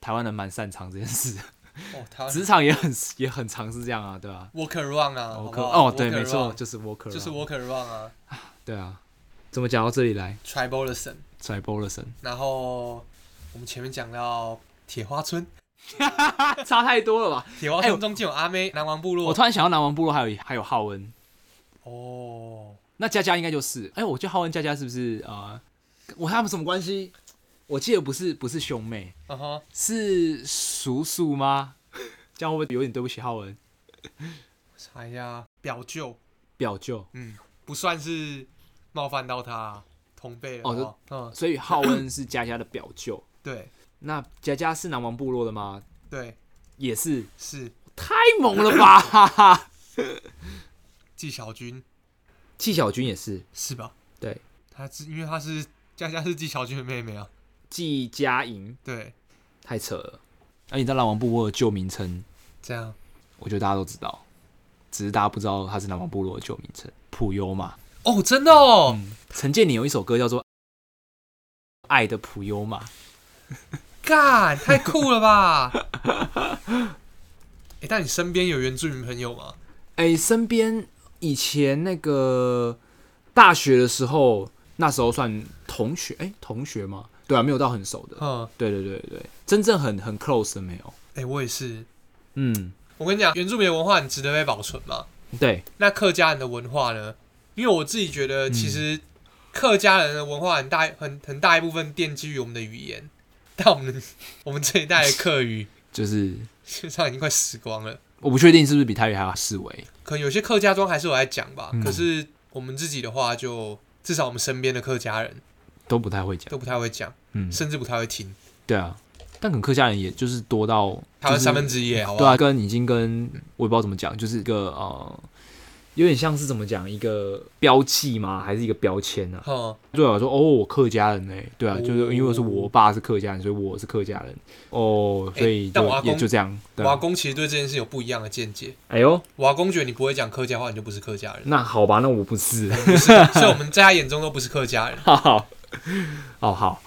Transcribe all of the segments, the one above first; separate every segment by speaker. Speaker 1: 台湾人蛮擅长这件 事的，
Speaker 2: 哦，台湾
Speaker 1: 职场也很也很常是这样啊，对吧、
Speaker 2: work around 啊，好
Speaker 1: o
Speaker 2: 不
Speaker 1: k
Speaker 2: 好
Speaker 1: 哦，对，
Speaker 2: Work
Speaker 1: 没错，
Speaker 2: around，
Speaker 1: 就是 worker，
Speaker 2: 就是
Speaker 1: around
Speaker 2: work around 啊
Speaker 1: 对啊，怎么讲到这里来？
Speaker 2: ，tribalism，
Speaker 1: 甩 b o l s o
Speaker 2: 然后我们前面讲到铁花村，
Speaker 1: n 啊差太多了吧？
Speaker 2: 铁花
Speaker 1: 哎我
Speaker 2: 村中间有阿妹、南王部
Speaker 1: 我
Speaker 2: 落，
Speaker 1: 突然想到南王部落还有还有浩恩，
Speaker 2: 哦，
Speaker 1: 那佳佳应该就是，哎、我觉得浩恩佳佳是不是呃，我他们什么关系？我记得不是不是兄妹，
Speaker 2: 嗯哼，
Speaker 1: 是叔叔吗？这样会不会有点对不起浩恩
Speaker 2: 查一下表舅，
Speaker 1: 表舅？
Speaker 2: 嗯，不算是冒犯到他同辈了，
Speaker 1: 哦
Speaker 2: 好不好嗯，
Speaker 1: 所以浩恩是佳佳的表舅。
Speaker 2: 对
Speaker 1: 那佳佳是南王部落的吗？
Speaker 2: 对
Speaker 1: 也是，
Speaker 2: 是
Speaker 1: 太猛了吧！
Speaker 2: 纪晓君
Speaker 1: 纪晓君也是，
Speaker 2: 是吧？
Speaker 1: 对，
Speaker 2: 他是因为他是佳佳是纪晓君的妹妹啊，
Speaker 1: 纪佳莹
Speaker 2: 对，
Speaker 1: 太扯了。那、你知道南王部落的旧名称？
Speaker 2: 这样
Speaker 1: 我觉得大家都知道，只是大家不知道它是南王部落的旧名称——普悠玛。
Speaker 2: 哦，真的哦，
Speaker 1: 嗯，陈建宁有一首歌叫做《爱的普悠玛》，
Speaker 2: 干，太酷了吧！ 哎、但你身边有原住民朋友吗？
Speaker 1: 哎、身边以前那个大学的时候，那时候算同学，哎、同学吗？对啊，没有到很熟的。
Speaker 2: 嗯，
Speaker 1: 对对对对，真正很很 close 的没有。
Speaker 2: 哎、我也是。
Speaker 1: 嗯，
Speaker 2: 我跟你讲，原住民的文化很值得被保存嘛。
Speaker 1: 对，
Speaker 2: 那客家人的文化呢？因为我自己觉得，
Speaker 1: 嗯
Speaker 2: 其实客家人的文化很大很很大一部分奠基于我们的语言，但我们 我们这一代的客语
Speaker 1: 就是
Speaker 2: 事实上已经快死光了。
Speaker 1: 我不确定是不是比台语还要四维。
Speaker 2: 可能有些客家庄还是有在讲吧，
Speaker 1: 嗯
Speaker 2: 可是我们自己的话就至少我们身边的客家人
Speaker 1: 都不太会讲。
Speaker 2: 都不太会讲，
Speaker 1: 嗯，
Speaker 2: 甚至不太会听，
Speaker 1: 对啊，但可能客家人也就是多到
Speaker 2: 台湾三分
Speaker 1: 之、
Speaker 2: 之一耶，好不
Speaker 1: 对
Speaker 2: 好？
Speaker 1: 啊，跟已经跟我也不知道怎么讲，就是一个呃，有点像是怎么讲一个标记吗？还是一个标签啊？
Speaker 2: 哼，
Speaker 1: 对我来说，哦，我客家人哎、对啊，
Speaker 2: 哦
Speaker 1: 就是因为是我爸是客家人，所以我是客家人哦，所以
Speaker 2: 哎但
Speaker 1: 就、
Speaker 2: 我阿公
Speaker 1: 也就这样。对
Speaker 2: 我
Speaker 1: 啊，
Speaker 2: 阿公其实对这件事有不一样的见解。
Speaker 1: 哎呦，
Speaker 2: 我阿公觉得你不会讲客家话，你就不是客 家人，
Speaker 1: 那好吧，那我不是，
Speaker 2: 所以我们在他眼中都不是客家人。
Speaker 1: 好好，哦好，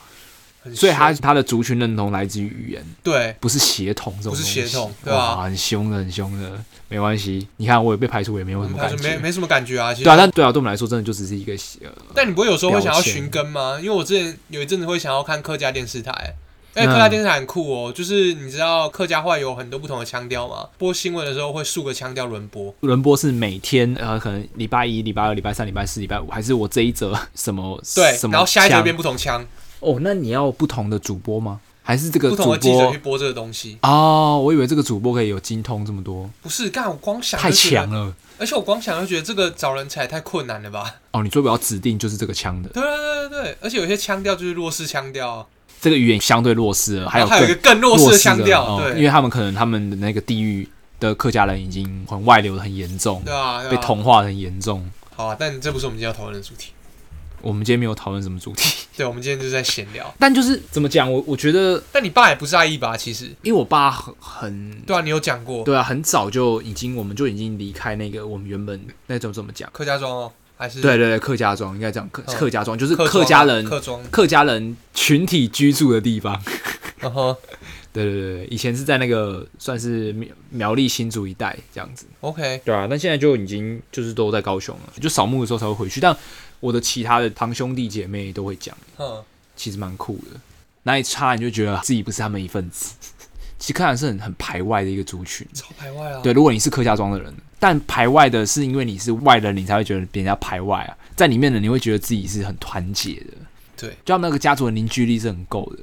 Speaker 2: 很
Speaker 1: 所以他
Speaker 2: 凶
Speaker 1: 他的族群认同来自于语言，
Speaker 2: 对
Speaker 1: 不是血统这种
Speaker 2: 不
Speaker 1: 东
Speaker 2: 是
Speaker 1: 西，
Speaker 2: 血统对啊
Speaker 1: 哇很凶的，很凶的，没关系。你看我也被排除，我也没有
Speaker 2: 我
Speaker 1: 什
Speaker 2: 们
Speaker 1: 么
Speaker 2: 他
Speaker 1: 感
Speaker 2: 说
Speaker 1: 觉。
Speaker 2: 没没什么感觉啊，其实
Speaker 1: 对啊，但对啊，对我们来说真的就只是一个呃，
Speaker 2: 但你不会有时候会想要
Speaker 1: 表现
Speaker 2: 寻根吗？因为我之前有一阵子会想要看客家电视台。哎、
Speaker 1: 嗯
Speaker 2: 客家电视台很酷哦，就是你知道客家话有很多不同的腔调嘛，播新闻的时候会数个腔调轮播，
Speaker 1: 轮播是每天呃，可能礼拜一、礼拜二、礼拜三、礼拜四、礼拜五，还是我这一则 什么
Speaker 2: 对
Speaker 1: 什，么
Speaker 2: 然后下一节
Speaker 1: 项
Speaker 2: 变不同腔，
Speaker 1: 哦，那你要不同的主播吗？还是这个
Speaker 2: 不同
Speaker 1: 主
Speaker 2: 的记者
Speaker 1: 播
Speaker 2: 去？播这个东西，
Speaker 1: 哦，我以为这个主播可以有精通这么多，
Speaker 2: 不是干我光想
Speaker 1: 太
Speaker 2: 就觉得
Speaker 1: 强了。
Speaker 2: 而且我光想就觉得这个找人才太困难了吧？
Speaker 1: 哦，你最不要指定就是这个腔的，
Speaker 2: 对对对对对，而且有些腔调就是弱势腔调啊，
Speaker 1: 这个语言相对弱势了，还有
Speaker 2: 哦然后还有一
Speaker 1: 更
Speaker 2: 个更弱势
Speaker 1: 弱
Speaker 2: 的
Speaker 1: 势
Speaker 2: 腔调，
Speaker 1: 哦因
Speaker 2: 对
Speaker 1: 为他们可能他们的那个地域的客家人已经很外流的很严重，
Speaker 2: 对啊，对
Speaker 1: 被
Speaker 2: 啊。
Speaker 1: 同化的很严重。
Speaker 2: 好啊，但这不是我们今天要讨论的主题，
Speaker 1: 我们今天没有讨论什么主题，
Speaker 2: 对，我们今天就是在闲聊。
Speaker 1: 但就是怎么讲，我我觉得，
Speaker 2: 但你爸也不在意吧？其实，
Speaker 1: 因为我爸很很
Speaker 2: 对啊，你有讲过
Speaker 1: 对啊，很早就已经我们就已经离开那个我们原本那种怎么讲？
Speaker 2: 客家庄哦，还是
Speaker 1: 对对对，客家庄应该这样，客
Speaker 2: 嗯
Speaker 1: 客家庄就是
Speaker 2: 客
Speaker 1: 客家
Speaker 2: 庄
Speaker 1: 人
Speaker 2: 客庄，
Speaker 1: 客家人群体居住的地方。
Speaker 2: 然后
Speaker 1: 对对对对，以前是在那个算是苗苗栗新竹一带这样子。
Speaker 2: OK，
Speaker 1: 对啊，但现在就已经就是都在高雄了，就扫墓的时候才会回去。但我的其他的堂兄弟姐妹都会讲，
Speaker 2: 嗯，
Speaker 1: 其实蛮酷的。那一刹你就觉得自己不是他们一份子。其实客家人是很很排外的一个族群。
Speaker 2: 超排外啊，
Speaker 1: 对，，如果你是客家庄的人，但排外的是因为你是外人，你才会觉得别人家排外啊。在里面的你会觉得自己是很团结的，
Speaker 2: 对，
Speaker 1: 就他们那个家族的凝聚力是很够的。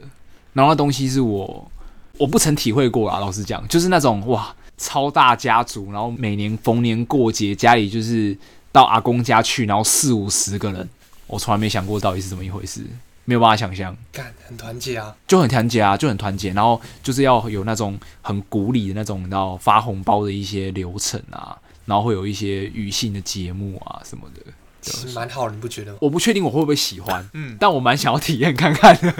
Speaker 1: 然后那东西是我我不曾体会过啊，老实讲，就是那种哇超大家族，然后每年逢年过节家里就是到阿公家去，然后四五十个人，我从来没想过到底是怎么一回事，没有办法想象。
Speaker 2: 干很团结啊，
Speaker 1: 就很团结啊，就很团结，然后就是要有那种很鼓励的那种，你知道发红包的一些流程啊，然后会有一些语性的节目啊什么的。
Speaker 2: 其实蛮好的，你不觉得吗？
Speaker 1: 我不确定我会不会喜欢，
Speaker 2: 嗯，
Speaker 1: 但我蛮想要体验看看的。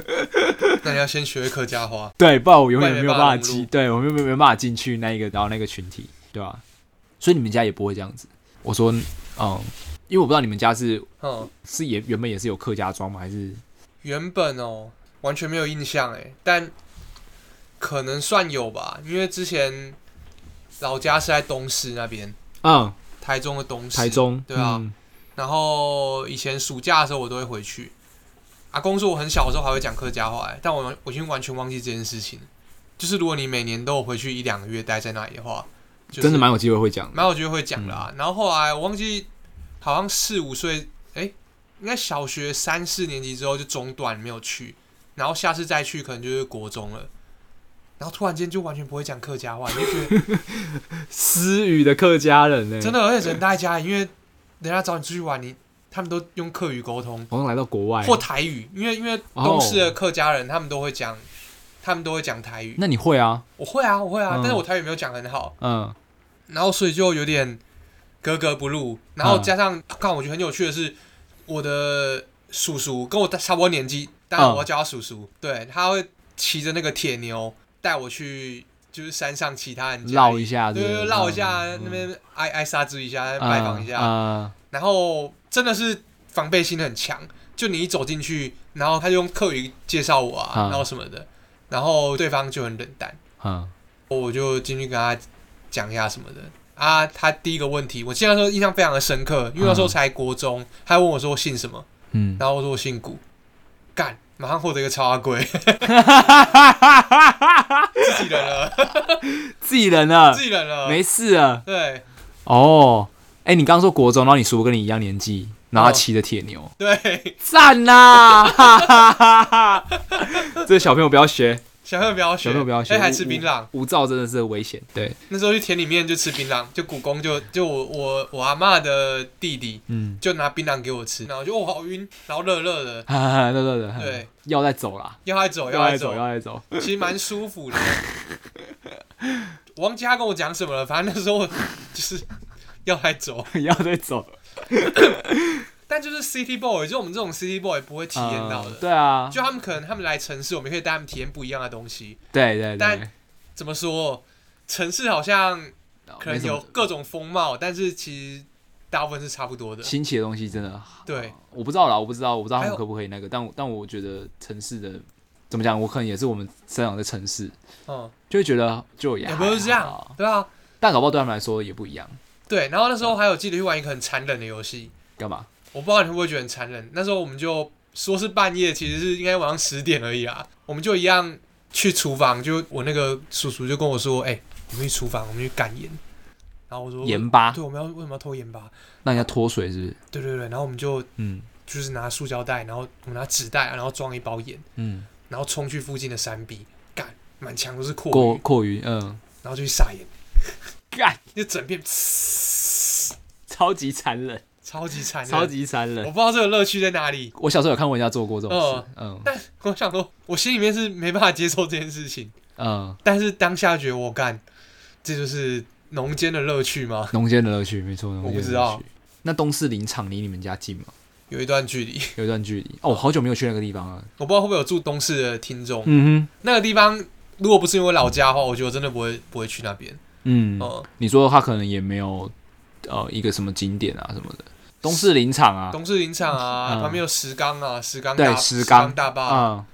Speaker 2: 那你要先学会客家话，
Speaker 1: 对，不然我永远
Speaker 2: 不然没
Speaker 1: 没有
Speaker 2: 办
Speaker 1: 办法
Speaker 2: 法融入
Speaker 1: 进， 对我没有没有没有办法进去那一个，然后那个群体，对吧、所以你们家也不会这样子。我说，嗯，因为我不知道你们家是
Speaker 2: 嗯，
Speaker 1: 是也原本也是有客家庄吗？还是
Speaker 2: 原本哦完全没有印象哎，但。欸可能算有吧，因为之前老家是在东市那边，
Speaker 1: 嗯，
Speaker 2: 台中的东市。
Speaker 1: 台。中，
Speaker 2: 对啊
Speaker 1: 嗯
Speaker 2: 然后以前暑假的时候我都会回去。阿公说我很小的时候还会讲客家话、欸但我我已经完全忘记这件事情了。就是如果你每年都有回去一两个月待在那里的话，就是、
Speaker 1: 真的蛮有机会会讲的。
Speaker 2: 蛮有机会会讲的啊。然后后来我忘记，好像四五岁，哎、应该小学三四年级之后就中断没有去，然后下次再去可能就是国中了。然后突然间就完全不会讲客家话，你就觉得
Speaker 1: 私语的客家人欸呢、
Speaker 2: 真的，而且只能待在家里，因为人家找你出去玩，你他们都用客语沟通
Speaker 1: 好像来到国外，
Speaker 2: 或台语，哦因为因为东市的客家人他们都会讲，他们都会讲台语。
Speaker 1: 那你会啊？
Speaker 2: 我会啊，我会啊，
Speaker 1: 嗯
Speaker 2: 但是我台语没有讲很好，
Speaker 1: 嗯，
Speaker 2: 然后所以就有点格格不入。然后加上，看、我觉得很有趣的是，我的叔叔跟我差不多年纪，当然我要叫他叔叔。对，他会骑着那个铁牛带我去，就是山上其他人家
Speaker 1: 绕
Speaker 2: 里，
Speaker 1: 一下，
Speaker 2: 对
Speaker 1: 不
Speaker 2: 对，对绕一下、
Speaker 1: 嗯
Speaker 2: 那边挨挨杀之一下，
Speaker 1: 嗯
Speaker 2: 拜访一下。
Speaker 1: 嗯
Speaker 2: 然后真的是防备心很强，就你一走进去，然后他就用客语介绍我啊，
Speaker 1: 嗯
Speaker 2: 然后什么的，然后对方就很冷淡。
Speaker 1: 嗯，
Speaker 2: 我就进去跟他讲一下什么的啊。他第一个问题，我记得那时候印象非常的深刻，因为那时候才国中，他问我说我姓什么，
Speaker 1: 嗯，
Speaker 2: 然后我说我姓古，干，马上获得一个超阿 龟，自己人了，
Speaker 1: 自己人了
Speaker 2: 自，己人了，
Speaker 1: 没事了。
Speaker 2: 对
Speaker 1: 哦，哎、你刚说国中，然后你叔叔跟你一样年纪，然后他
Speaker 2: 哦
Speaker 1: 骑着铁牛，
Speaker 2: 对，
Speaker 1: 赞呐、 哈哈哈哈！这个小朋友不要学，
Speaker 2: 小朋友不要学，
Speaker 1: 小朋友不要学，嗯
Speaker 2: 哎还吃槟榔，
Speaker 1: 无照真的是危险。对，
Speaker 2: 那时候去田里面就吃槟榔，就古公就就我我我阿嬷的弟弟
Speaker 1: 嗯，
Speaker 2: 就拿槟榔给我吃，然后我就哦好晕，然后热热的，
Speaker 1: 哈哈哈，嗯 对对对，
Speaker 2: 对，
Speaker 1: 要再走啦，
Speaker 2: 要还走要
Speaker 1: 要
Speaker 2: 还
Speaker 1: 再
Speaker 2: 走
Speaker 1: 走，，要再走。
Speaker 2: 其实蛮舒服的。我忘记他跟我讲什么了，反正那时候我就是要来走，
Speaker 1: 要再走，
Speaker 2: 但就是 City Boy，就我们这种 City Boy 不会体验到
Speaker 1: 嗯
Speaker 2: 的。
Speaker 1: 对啊，
Speaker 2: 就他们可能他们来城市，我们可以带他们体验不一样的东西。
Speaker 1: 对对对
Speaker 2: 但，怎么说？城市好像可
Speaker 1: 没
Speaker 2: 能
Speaker 1: 什么
Speaker 2: 有各种风貌，但是其实大部分是差不多的。
Speaker 1: 新奇的东西，真的。
Speaker 2: 对，
Speaker 1: 我不知道啦，我不知道，我不知道他
Speaker 2: 还
Speaker 1: 们
Speaker 2: 有
Speaker 1: 可不可以那个，但我但我觉得城市的怎么讲，我可能也是我们生长在城市，
Speaker 2: 嗯，
Speaker 1: 就会觉得就也
Speaker 2: 也不是这
Speaker 1: 还好
Speaker 2: 样，对啊，
Speaker 1: 但搞不好对他们来说也不一样。
Speaker 2: 对。啊然后那时候还有记得去玩一个很残忍的游戏，
Speaker 1: 干嘛？
Speaker 2: 我不知道你会不会觉得很残忍。那时候我们就说是半夜，其实是应该晚上十点而已啊。我们就一样去厨房，就我那个叔叔就跟我说：“哎、我们去厨房，我们去赶盐。”然后我说：“
Speaker 1: 盐巴
Speaker 2: 对，我们要为什么要偷盐巴
Speaker 1: 让人家脱水是不是？？”
Speaker 2: 对对对，然后我们就
Speaker 1: 嗯
Speaker 2: 就是拿塑胶袋，然后我们拿纸袋，然后装一包盐，
Speaker 1: 嗯，
Speaker 2: 然后冲去附近的山壁，干，满墙都是阔
Speaker 1: 过
Speaker 2: 鱼，
Speaker 1: 过于嗯，
Speaker 2: 然后就去撒盐，
Speaker 1: 干，
Speaker 2: 就整片，嘶
Speaker 1: 超级残忍，
Speaker 2: 超级残忍，
Speaker 1: 超，级残
Speaker 2: 我
Speaker 1: 忍。
Speaker 2: 不知道这个乐趣在哪里。
Speaker 1: 我小时候有看过人家做过这种事，嗯
Speaker 2: 但我想说，我心里面是没办法接受这件事情。
Speaker 1: 嗯，
Speaker 2: 但是当下觉得我干，这就是农间的乐趣吗？
Speaker 1: 农间的乐趣，没错，农间
Speaker 2: 我不
Speaker 1: 的
Speaker 2: 知
Speaker 1: 乐
Speaker 2: 道
Speaker 1: 趣。那东市林场离你们家近吗？
Speaker 2: 有一段距离，
Speaker 1: 有一段距离哦，我好久没有去那个地方了。
Speaker 2: 我不知道会不会有住东市的听众。
Speaker 1: 嗯
Speaker 2: 那个地方如果不是因为我老家的话，我觉得我真的不会不会去那边。
Speaker 1: 哼，嗯，
Speaker 2: 哦、
Speaker 1: 你说他可能也没有呃一个什么景点啊什么的，东市林场啊，
Speaker 2: 东市林场啊，
Speaker 1: 嗯
Speaker 2: 旁边有石冈啊，石冈
Speaker 1: 对
Speaker 2: 大
Speaker 1: 石冈
Speaker 2: 冈大坝，
Speaker 1: 啊、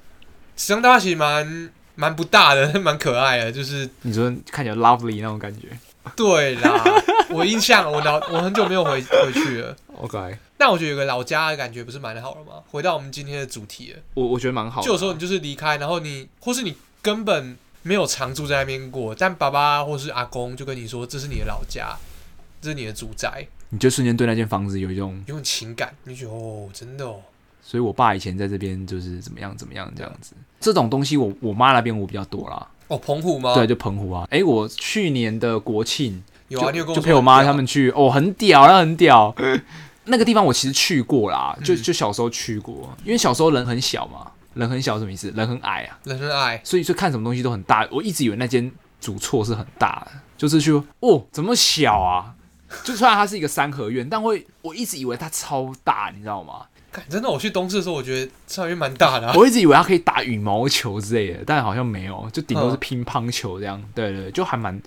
Speaker 2: 石冈大坝其实蛮蛮不大的， 蛮可爱的，就是
Speaker 1: 你说看起来 lovely 那种感觉。
Speaker 2: 对 啦。我印象我老我很久没有回回去了，
Speaker 1: OK，
Speaker 2: 但我觉得有个老家的感觉不是蛮好的吗？回到我们今天的主题了。
Speaker 1: 我我觉得蛮好的，
Speaker 2: 就有时候你就是离开，然后你或是你根本没有常住在那边过，但爸爸或是阿公就跟你说这是你的老家，这是你的住宅，
Speaker 1: 你就瞬间对那间房子有一种，
Speaker 2: 有种情感，你就觉得哦，真的哦，
Speaker 1: 所以我爸以前在这边就是怎么样怎么样这样子。这种东西我我妈那边我比较多啦，
Speaker 2: 哦，澎湖吗？
Speaker 1: 对，，就澎湖啊。诶，我去年的国庆
Speaker 2: 有啊，
Speaker 1: 就
Speaker 2: 你有跟我
Speaker 1: 就
Speaker 2: 说
Speaker 1: 陪我妈他们去，哦，很屌，那很 屌。那个地方我其实去过啦，就
Speaker 2: 嗯
Speaker 1: 就小时候去过，因为小时候人很小嘛，人很小是什么意思？人很矮啊，
Speaker 2: 人很爱，
Speaker 1: 所以就看什么东西都很大。我一直以为那间主错是很大的，就是去哦，怎么小啊？就虽然它是一个三合院，但会我一直以为它超大，你知道吗？
Speaker 2: 干真的，我去东市的时候，我觉得哎上面蛮大的、啊，
Speaker 1: 我一直以为它可以打羽毛球之类的，但好像没有，就顶多是
Speaker 2: 嗯
Speaker 1: 乒乓球这样。对对对，就还蛮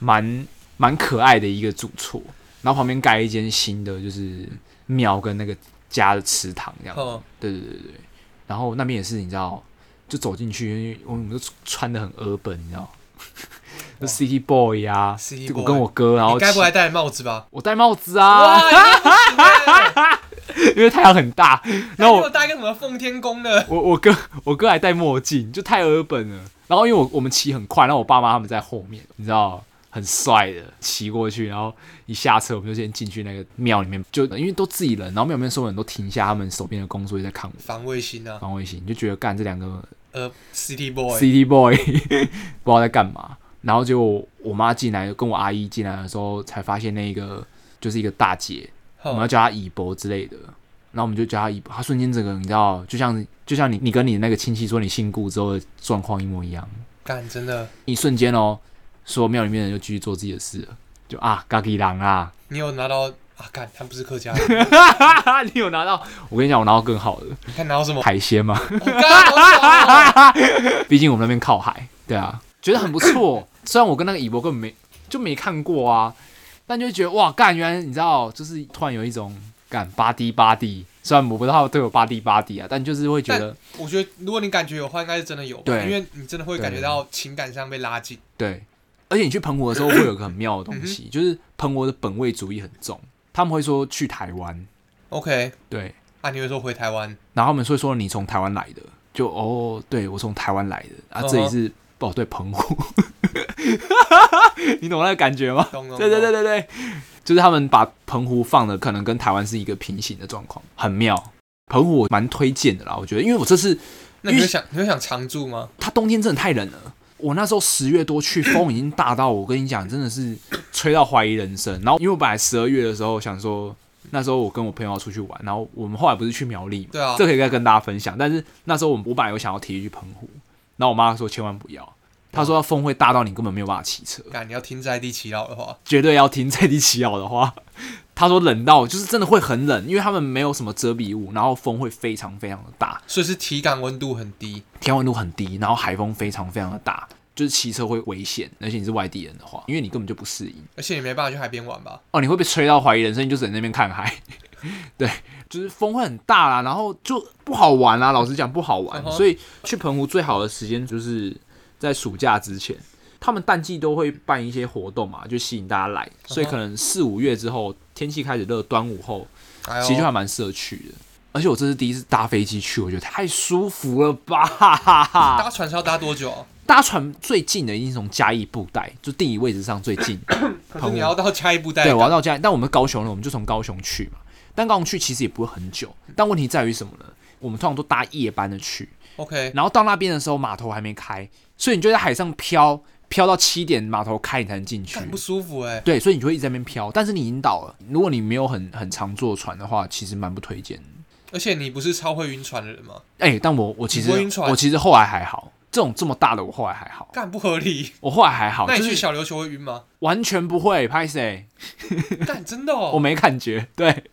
Speaker 1: 蛮蛮可爱的一个主厝，然后旁边盖一间新的就是庙跟那个家的祠堂这样。
Speaker 2: 嗯，
Speaker 1: 对对对对，然后那边也是你知道就走进去，因为我们都穿的很 urban，你知道， 就 City Boy 啊
Speaker 2: City
Speaker 1: 就我
Speaker 2: boy
Speaker 1: 跟我哥，然后
Speaker 2: 你该不
Speaker 1: 骑
Speaker 2: 会戴帽子吧？
Speaker 1: 我戴帽子啊，
Speaker 2: 哇，你不行欸
Speaker 1: 因为太阳很 大，然
Speaker 2: 那
Speaker 1: 后
Speaker 2: 我
Speaker 1: 我
Speaker 2: 戴个什么奉天宫的？
Speaker 1: 我我哥我哥还戴墨镜，就太 urban 了。然后因为我我们骑很快，然后我爸妈他们在后面，你知道。很帅的骑过去，然后一下车我们就先进去那个庙里面，就因为都自己人，然后庙里面所有人都停下他们手边的工作在看我
Speaker 2: 防卫心啊，
Speaker 1: 防卫心，就觉得干这两个
Speaker 2: 呃，City Boy，
Speaker 1: City Boy 不知道在干嘛。然后结果我我妈进来跟我阿姨进来的时候，才发现那个就是一个大姐，我们要
Speaker 2: 哼
Speaker 1: 叫她姨伯之类的。然后我们就叫她姨伯，她瞬间整个你知道，就像就像你你跟你那个亲戚说你姓顾之后的状况一模一样，
Speaker 2: 干真的，
Speaker 1: 一瞬间哦，所有庙里面的人就继续做自己的事了，就啊嘎吉狼啊，
Speaker 2: 你有拿到啊？干，他不是客家人，
Speaker 1: 你有拿到？我跟你讲，我拿到更好的
Speaker 2: 你看拿到什么？
Speaker 1: 海鲜嘛，
Speaker 2: 我干，好爽哦
Speaker 1: 毕竟我们那边靠海，对啊，觉得很不 错。虽然我跟那个乙伯根本没就没看过啊，但就觉得哇，干，原来你知道，就是突然有一种干巴迪巴迪，虽然我不知道对我巴迪巴迪啊，但就是会觉得
Speaker 2: 我觉得如果你感觉有话，应该是真的有吧，
Speaker 1: 对
Speaker 2: 因为你真的会感觉到情感上被拉近。
Speaker 1: 对。嗯而且你去澎湖的时候，会有个很妙的东西，就是澎湖的本位主义很重，他们会说去台湾，
Speaker 2: OK，
Speaker 1: 对，
Speaker 2: 啊，你会说回台湾，
Speaker 1: 然后他们会说你从台湾来的，就哦，对我从台湾来的啊，
Speaker 2: 嗯哼
Speaker 1: 这里是、哦，对，澎湖， 你懂那个感觉吗？
Speaker 2: 懂懂
Speaker 1: 对对对
Speaker 2: 懂
Speaker 1: 对对，就是他们把澎湖放的可能跟台湾是一个平行的状况，很妙。澎湖我蛮推荐的啦，我觉得，因为我这次
Speaker 2: 那你
Speaker 1: 因为
Speaker 2: 会想，你会想常住吗？
Speaker 1: 它冬天真的太冷了。我那时候十月多去，风已经大到我跟你讲，真的是吹到怀疑人生。然后因为我本来十二月的时候想说，那时候我跟我朋友要出去玩，然后我们后来不是去苗栗嘛，
Speaker 2: 对啊
Speaker 1: 这可以再跟大家分享。但是那时候我们我本来有想要提议去澎湖，然后我妈说千万不要，她说风会大到你根本没有办法骑车。
Speaker 2: 干，你要听在地祈祷的话，
Speaker 1: 绝对要听在地祈祷的话。 他说冷到就是真的会很冷，因为他们没有什么遮蔽物，然后风会非常非常的大，
Speaker 2: 所以是体感温度很低。
Speaker 1: 天温度很低，然后海风非常非常的大，就是骑车会危险，而且你是外地人的话，因为你根本就不适应
Speaker 2: 而且你没办法去海边玩吧？
Speaker 1: 哦，你会被吹到怀疑人生，你就只能在那边看海。对，就是风会很大啦，然后就不好玩啦。老实讲不好玩
Speaker 2: 嗯哼
Speaker 1: 所以去澎湖最好的时间就是在暑假之前。他们淡季都会办一些活动嘛，就吸引大家
Speaker 2: 嗯
Speaker 1: 来，所以可能四五月之后天气开始热，端午后
Speaker 2: 哎
Speaker 1: 其实就
Speaker 2: 呦，
Speaker 1: 还蛮适合去的。而且我这是第一次搭飞机去，我觉得太舒服了吧！
Speaker 2: 搭船是要搭多久啊？
Speaker 1: 搭船最近的一定是从嘉义布袋，就地理位置上最近。
Speaker 2: 可
Speaker 1: 澎
Speaker 2: 是
Speaker 1: 湖
Speaker 2: 你要到下一步带
Speaker 1: 对，我要到嘉义，但我们高雄呢，我们就从高雄去嘛。但高雄去其实也不会很久，但问题在于什么呢？我们通常都搭夜班的去，
Speaker 2: OK，
Speaker 1: 然后到那边的时候码头还没开，所以你就在海上漂，漂到七点码头开你才能进去。
Speaker 2: 干不舒服哎、
Speaker 1: 对，所以你就会一直在那边漂，但是你引导了，如果你没有很很常坐船的话，其实蛮不推荐的。
Speaker 2: 而且你不是超会晕船的人吗？
Speaker 1: 哎、但我我其
Speaker 2: 你
Speaker 1: 实
Speaker 2: 不会晕船
Speaker 1: 我其实后来还好，这种这么大的我后来还好，
Speaker 2: 干不合理。
Speaker 1: 我后来还好，
Speaker 2: 那
Speaker 1: 哦就
Speaker 2: 你去
Speaker 1: 是
Speaker 2: 小琉球会晕 吗？
Speaker 1: 完全不会拍谁，
Speaker 2: 干真的
Speaker 1: 我
Speaker 2: 哦。
Speaker 1: 没感觉。对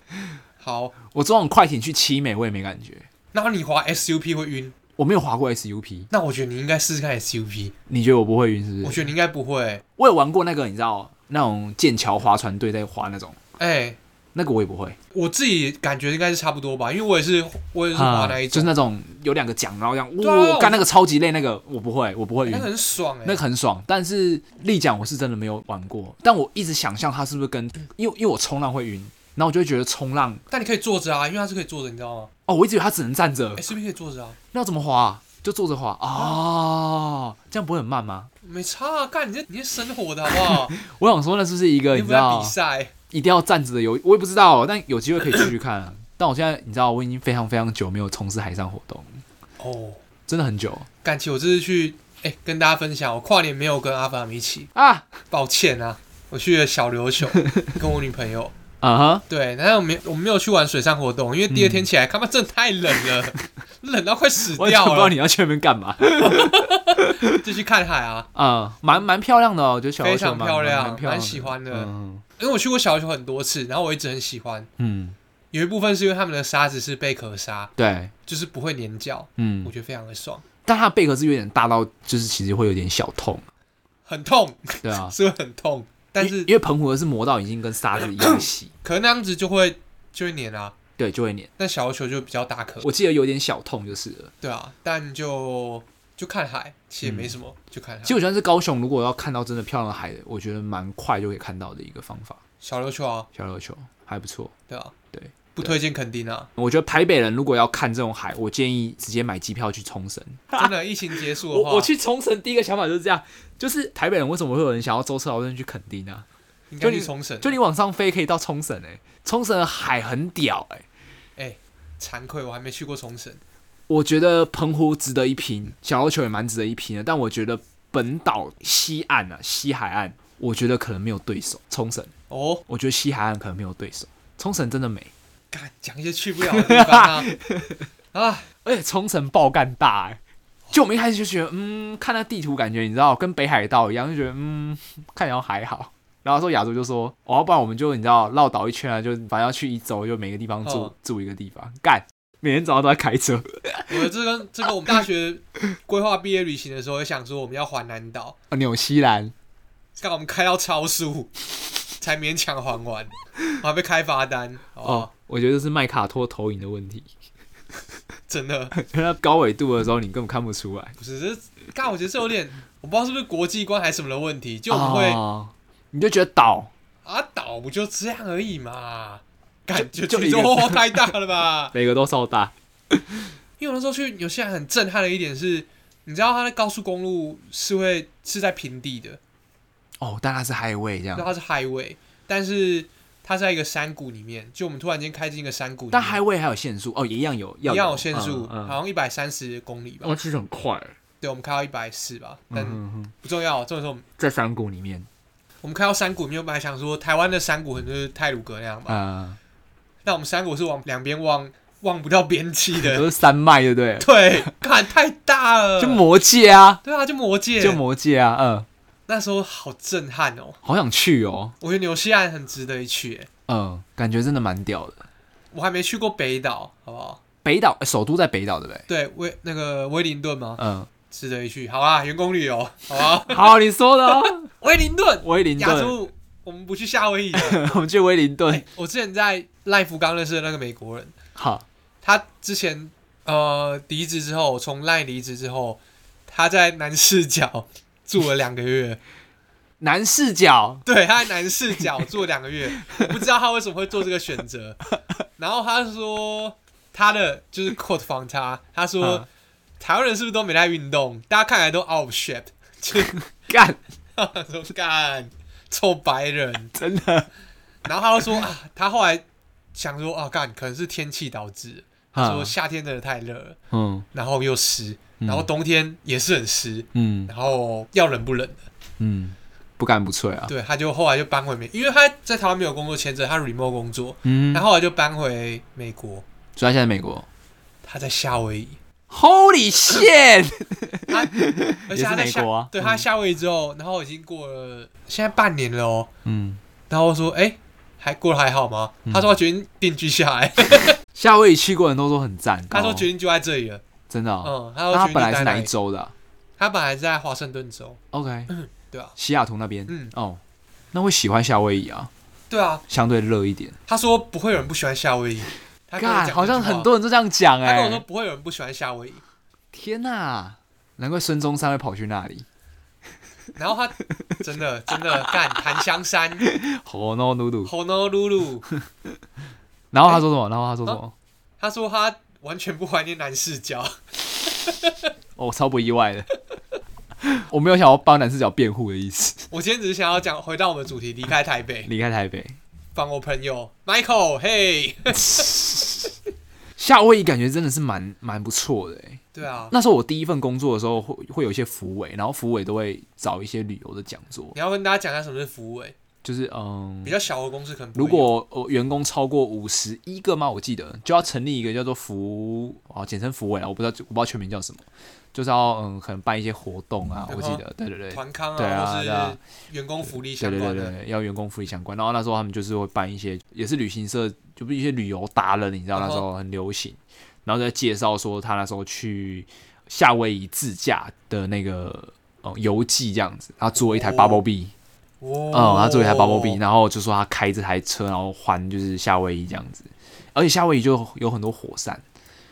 Speaker 2: 好，
Speaker 1: 我这种快艇去七美我也没感觉，
Speaker 2: 然后你滑 SUP 会晕，
Speaker 1: 我没有滑过 SUP，
Speaker 2: 那我觉得你应该试试看 SUP。
Speaker 1: 你觉得我不会晕是不
Speaker 2: 我
Speaker 1: 是？
Speaker 2: 觉得你应该不会、
Speaker 1: 我有玩过那个，你知道那种剑桥划船队在划那种，
Speaker 2: 哎、
Speaker 1: 那个我也不会，
Speaker 2: 我自己感觉应该是差不多吧，因为我也是我也是滑那一
Speaker 1: 啊就是
Speaker 2: 种，
Speaker 1: 那种有两个桨，然后这样，
Speaker 2: 对啊
Speaker 1: 哇、
Speaker 2: 我
Speaker 1: 干那个超级累，那个我不会，我不会
Speaker 2: 那
Speaker 1: 晕
Speaker 2: 个。很爽哎、
Speaker 1: 那个很爽，但是立桨我是真的没有玩过，但我一直想象它是不是跟，因为因为我冲浪会晕，然后我就会觉得冲浪
Speaker 2: 但你可以坐着啊，因为它是可以坐着，你知道吗
Speaker 1: 哦，我一直以为它只能站着，
Speaker 2: ？SUP 可以坐着啊，
Speaker 1: 那要怎么滑、就坐着滑哦，这样不会很慢吗？
Speaker 2: 没差啊，干你这你这生活的好不 好？
Speaker 1: 我想说，那是不是一个
Speaker 2: 你
Speaker 1: 你
Speaker 2: 不
Speaker 1: 知
Speaker 2: 在比
Speaker 1: 道
Speaker 2: 赛，
Speaker 1: 一定要站着的游？我也不知道，但有机会可以去去看、 啊。但我现在你知道，我已经非常非常久没有从事海上活动，
Speaker 2: 哦，
Speaker 1: 真的很久
Speaker 2: 感情我这次去，哎、跟大家分享，我跨年没有跟阿凡他们一起，
Speaker 1: 啊
Speaker 2: 抱歉啊，我去了小 琉球跟我女朋友。
Speaker 1: 啊哈！
Speaker 2: 对，但是我没我们没有去玩水上活动，因为第二天起来，他妈真的太冷了，冷到快死
Speaker 1: 嗯我也不
Speaker 2: 掉
Speaker 1: 知道
Speaker 2: 了
Speaker 1: 你。要去那边干 嘛
Speaker 2: 就去看海啊，
Speaker 1: 啊，蛮蛮漂亮的哦，我觉得小琉
Speaker 2: 非
Speaker 1: 球
Speaker 2: 常
Speaker 1: 蛮
Speaker 2: 漂亮
Speaker 1: 蛮漂亮，
Speaker 2: 蛮喜欢的
Speaker 1: 嗯
Speaker 2: 因为我去过小琉球很多次，然后我一直很喜欢。
Speaker 1: 嗯，
Speaker 2: 有一部分是因为他们的沙子是贝壳沙，
Speaker 1: 对，
Speaker 2: 就是不会粘胶，我
Speaker 1: 嗯，
Speaker 2: 觉得非常的爽，
Speaker 1: 但它的贝壳是有点大到，就是其实会有点小痛，
Speaker 2: 很痛，。
Speaker 1: 对啊
Speaker 2: 是会很痛， 但
Speaker 1: 因
Speaker 2: 是
Speaker 1: 因为澎湖的是磨到已经跟沙子一样细，
Speaker 2: 可能那样子就会就会粘啊。
Speaker 1: 对，就会黏。
Speaker 2: 但小琉球就比较大颗，
Speaker 1: 我记得有点小痛就是了。
Speaker 2: 对啊，但就就看海，其实也没什
Speaker 1: 嗯
Speaker 2: 么，就看海
Speaker 1: 其。实我觉得是高雄，如果要看到真的漂亮的海，我觉得蛮快就可以看到的一个方法。
Speaker 2: 小琉球啊，
Speaker 1: 小琉球还不错，
Speaker 2: 对啊，
Speaker 1: 对，
Speaker 2: 不推荐垦丁啊，
Speaker 1: 我觉得台北人如果要看这种海，我建议直接买机票去冲绳。
Speaker 2: 真的，疫情结束的
Speaker 1: 我
Speaker 2: 话，
Speaker 1: 我去冲绳第一个想法就是这样，就是台北人为什么会有人想要舟车劳顿去垦丁呢、
Speaker 2: 应
Speaker 1: 就
Speaker 2: 该
Speaker 1: 你
Speaker 2: 去冲绳。
Speaker 1: 就你往上飞可以到冲绳哎，冲绳的海很屌哎、
Speaker 2: 惭愧，我还没去过冲绳。
Speaker 1: 我觉得澎湖值得一拼，小琉球也蛮值得一拼的，但我觉得本岛西岸啊，西海岸，我觉得可能没有对手。冲绳，
Speaker 2: 哦，
Speaker 1: 我觉得西海岸可能没有对手。冲绳真的美，
Speaker 2: 干，讲一些去不了的地 方啊。啊，
Speaker 1: 而且冲绳爆干大哎、就我们一开始就觉得，嗯，看那地图感觉，你知道，跟北海道一样，就觉得，嗯，看起来还好。然后说亚洲就说，哦，不然我们就你知道绕岛一圈啊，就反正要去一周，就每个地方住、
Speaker 2: 嗯
Speaker 1: 住一个地方，干，每天早上都在开车。
Speaker 2: 我的这跟这个我们大学规划毕业旅行的时候，也想说我们要环南岛，
Speaker 1: 啊纽西兰，
Speaker 2: 刚我们开到超速，才勉强还完，我还被开罚单。
Speaker 1: 哦
Speaker 2: 哦，，
Speaker 1: 我觉得这是麦卡托投影的问题。
Speaker 2: 真的
Speaker 1: 因为它高纬度的时候，你根本看不出来。
Speaker 2: 不是这，干，我觉得这有点，我不知道是不是国际观还是什么的问题，就我们会、
Speaker 1: 哦你就觉得岛
Speaker 2: 啊岛不就这样而已嘛，感觉
Speaker 1: 就
Speaker 2: 就
Speaker 1: 一个？
Speaker 2: 就火太大了吧
Speaker 1: 每个都超大，
Speaker 2: 因为我那时候去纽西兰很震撼的一点是，你知道它的高速公路是会是在平地的，
Speaker 1: 哦，但它是 highway 这
Speaker 2: 然后
Speaker 1: 样，
Speaker 2: 它是 highway，但是它在一个山谷里面，就我们突然间开进一个山谷里面，
Speaker 1: 但 highway 还有限速哦，也一样有，要
Speaker 2: 一样有限速，
Speaker 1: 嗯，
Speaker 2: 好像一百三十公里吧。
Speaker 1: 哦，其实很快，
Speaker 2: 对，我们开到一百四吧，但
Speaker 1: 嗯哼，
Speaker 2: 不重要。重点是我们
Speaker 1: 在山谷里面，
Speaker 2: 我们开到山谷里面，我们还想说台湾的山谷可能就是泰鲁格那样吧，
Speaker 1: 啊，
Speaker 2: 但我们山谷是往两边望望不到边际
Speaker 1: 都
Speaker 2: 的。
Speaker 1: 是山脉，对不对？
Speaker 2: 对，看太大了，
Speaker 1: 嗯就魔界啊，
Speaker 2: 对啊，就魔界，
Speaker 1: 就魔界啊，嗯，
Speaker 2: 那时候好震撼哦。
Speaker 1: 好想去哦，
Speaker 2: 我觉得纽西兰很值得一去耶，
Speaker 1: 嗯，感觉真的蛮屌的。
Speaker 2: 我还没去过北岛，好不好？
Speaker 1: 北岛，呃首都在北岛，对不对？
Speaker 2: 对，威那个威灵顿吗？
Speaker 1: 嗯，
Speaker 2: 值得一去。好啊，员工旅游，好吧。
Speaker 1: 好，你说的哦，
Speaker 2: 威灵顿，
Speaker 1: 威灵
Speaker 2: 亚
Speaker 1: 顿，
Speaker 2: 洲我们不去夏威夷的。
Speaker 1: 我们去威灵顿
Speaker 2: 哎，我之前在赖福刚认识的那个美国人，
Speaker 1: 好，
Speaker 2: 他之前呃离职之后，从赖离职之后，他在南视角住了两个 月。
Speaker 1: 南视角，
Speaker 2: 对，他在南视角住了两个月，我不知道他为什么会做这个选择。然后他说他的就是 quote 访他，他说、
Speaker 1: 嗯
Speaker 2: 台湾人是不是都没在运动？大家看起来都 out of shape，就是
Speaker 1: 干，
Speaker 2: 他 说干臭白人，
Speaker 1: 真的，
Speaker 2: 然后他就说啊，他后来想说啊，干可能是天气导致，他说夏天真的太热了，
Speaker 1: 嗯，
Speaker 2: 然后又湿，
Speaker 1: 嗯
Speaker 2: 然后冬天也是很湿，
Speaker 1: 嗯
Speaker 2: 然后要冷不冷的。
Speaker 1: 嗯，不干不脆啊，
Speaker 2: 对，他就后来就搬回美，因为他在台湾没有工作签证，他 remote 工作，
Speaker 1: 嗯
Speaker 2: 他，后来就搬回美国，
Speaker 1: 所以他现在在美国
Speaker 2: 他在夏威夷，
Speaker 1: ，Holy shit，
Speaker 2: 他而且他
Speaker 1: 也
Speaker 2: 在
Speaker 1: 是
Speaker 2: 夏
Speaker 1: 美国啊
Speaker 2: 对，
Speaker 1: 嗯
Speaker 2: 他在夏威夷之后，然后已经过了现在半年了哦，
Speaker 1: 嗯，
Speaker 2: 然后我说哎、还过得还好吗？他说他决定定居下来，
Speaker 1: 夏威夷去过的人都说很赞，
Speaker 2: 他说
Speaker 1: 哦
Speaker 2: 决定就在这里了。
Speaker 1: 真的哦，
Speaker 2: 嗯，他
Speaker 1: 那
Speaker 2: 说
Speaker 1: 他
Speaker 2: 决定
Speaker 1: 本来
Speaker 2: 待
Speaker 1: 是哪
Speaker 2: 那
Speaker 1: 一
Speaker 2: 里
Speaker 1: 州的啊
Speaker 2: 他本来是在华盛顿州，
Speaker 1: ？OK，
Speaker 2: 对啊，
Speaker 1: 西雅图那边，
Speaker 2: 嗯
Speaker 1: 哦，那会喜欢夏威夷啊，
Speaker 2: 对啊，
Speaker 1: 相对热一点，
Speaker 2: 他说不会有人不喜欢夏威夷。他跟我
Speaker 1: 干，
Speaker 2: 讲
Speaker 1: 好
Speaker 2: 这句
Speaker 1: 像
Speaker 2: 话
Speaker 1: 很，多人都这样讲
Speaker 2: 他跟我
Speaker 1: 哎
Speaker 2: 说，不会有人不喜欢夏威夷。
Speaker 1: 天哪，难怪孙中山会跑去那 里
Speaker 2: 然后他 真的真的干檀 香山、Oh
Speaker 1: ，Hono n u
Speaker 2: Honolulu，
Speaker 1: 然后他说什
Speaker 2: 哎
Speaker 1: 么？然后他说什
Speaker 2: 啊
Speaker 1: 么？
Speaker 2: 他说他完全不怀念南视角，
Speaker 1: 哦，超不意外的， 我没有想要帮男视角辩护的意思，
Speaker 2: 我今天只是想要讲回到我们的主题，离开台北，
Speaker 1: 离开台北。
Speaker 2: 帮我朋友 Michael，嘿，
Speaker 1: 夏威夷感觉真的是蛮蛮不错的欸
Speaker 2: 对啊，
Speaker 1: 那时候我第一份工作的时候会，会有一些服委，然后服委都会找一些旅游的讲座，
Speaker 2: 你要跟大家讲一下什么是服务、欸，
Speaker 1: 就是嗯
Speaker 2: 比，较小的公司可能不会
Speaker 1: 如果呃员工超过五十一个吗？我记得就要成立一个叫做服啊，简称服委啊，我不知道我不知道全名叫什么，就是要嗯可能办一些活动啊，
Speaker 2: 嗯
Speaker 1: 我记得，对对对
Speaker 2: 有。团康
Speaker 1: 对啊
Speaker 2: 或
Speaker 1: 对啊
Speaker 2: 是员工福利
Speaker 1: 对
Speaker 2: 相
Speaker 1: 对
Speaker 2: 关
Speaker 1: 对
Speaker 2: 的，
Speaker 1: 对，要员工福利相关。然后那时候他们就是会办一些，也是旅行社，就不是一些旅游达人，你知道
Speaker 2: 嗯
Speaker 1: 那
Speaker 2: 哼
Speaker 1: 时候很流行。然后在介绍说他那时候去夏威夷自驾的那个呃游记这样子，他租了一台
Speaker 2: 哦
Speaker 1: Bubble B，、
Speaker 2: 哦
Speaker 1: 嗯，他租了一台 Bubble B，然后就说他开这台车，然后环就是夏威夷这样子。而且夏威夷就有很多火山，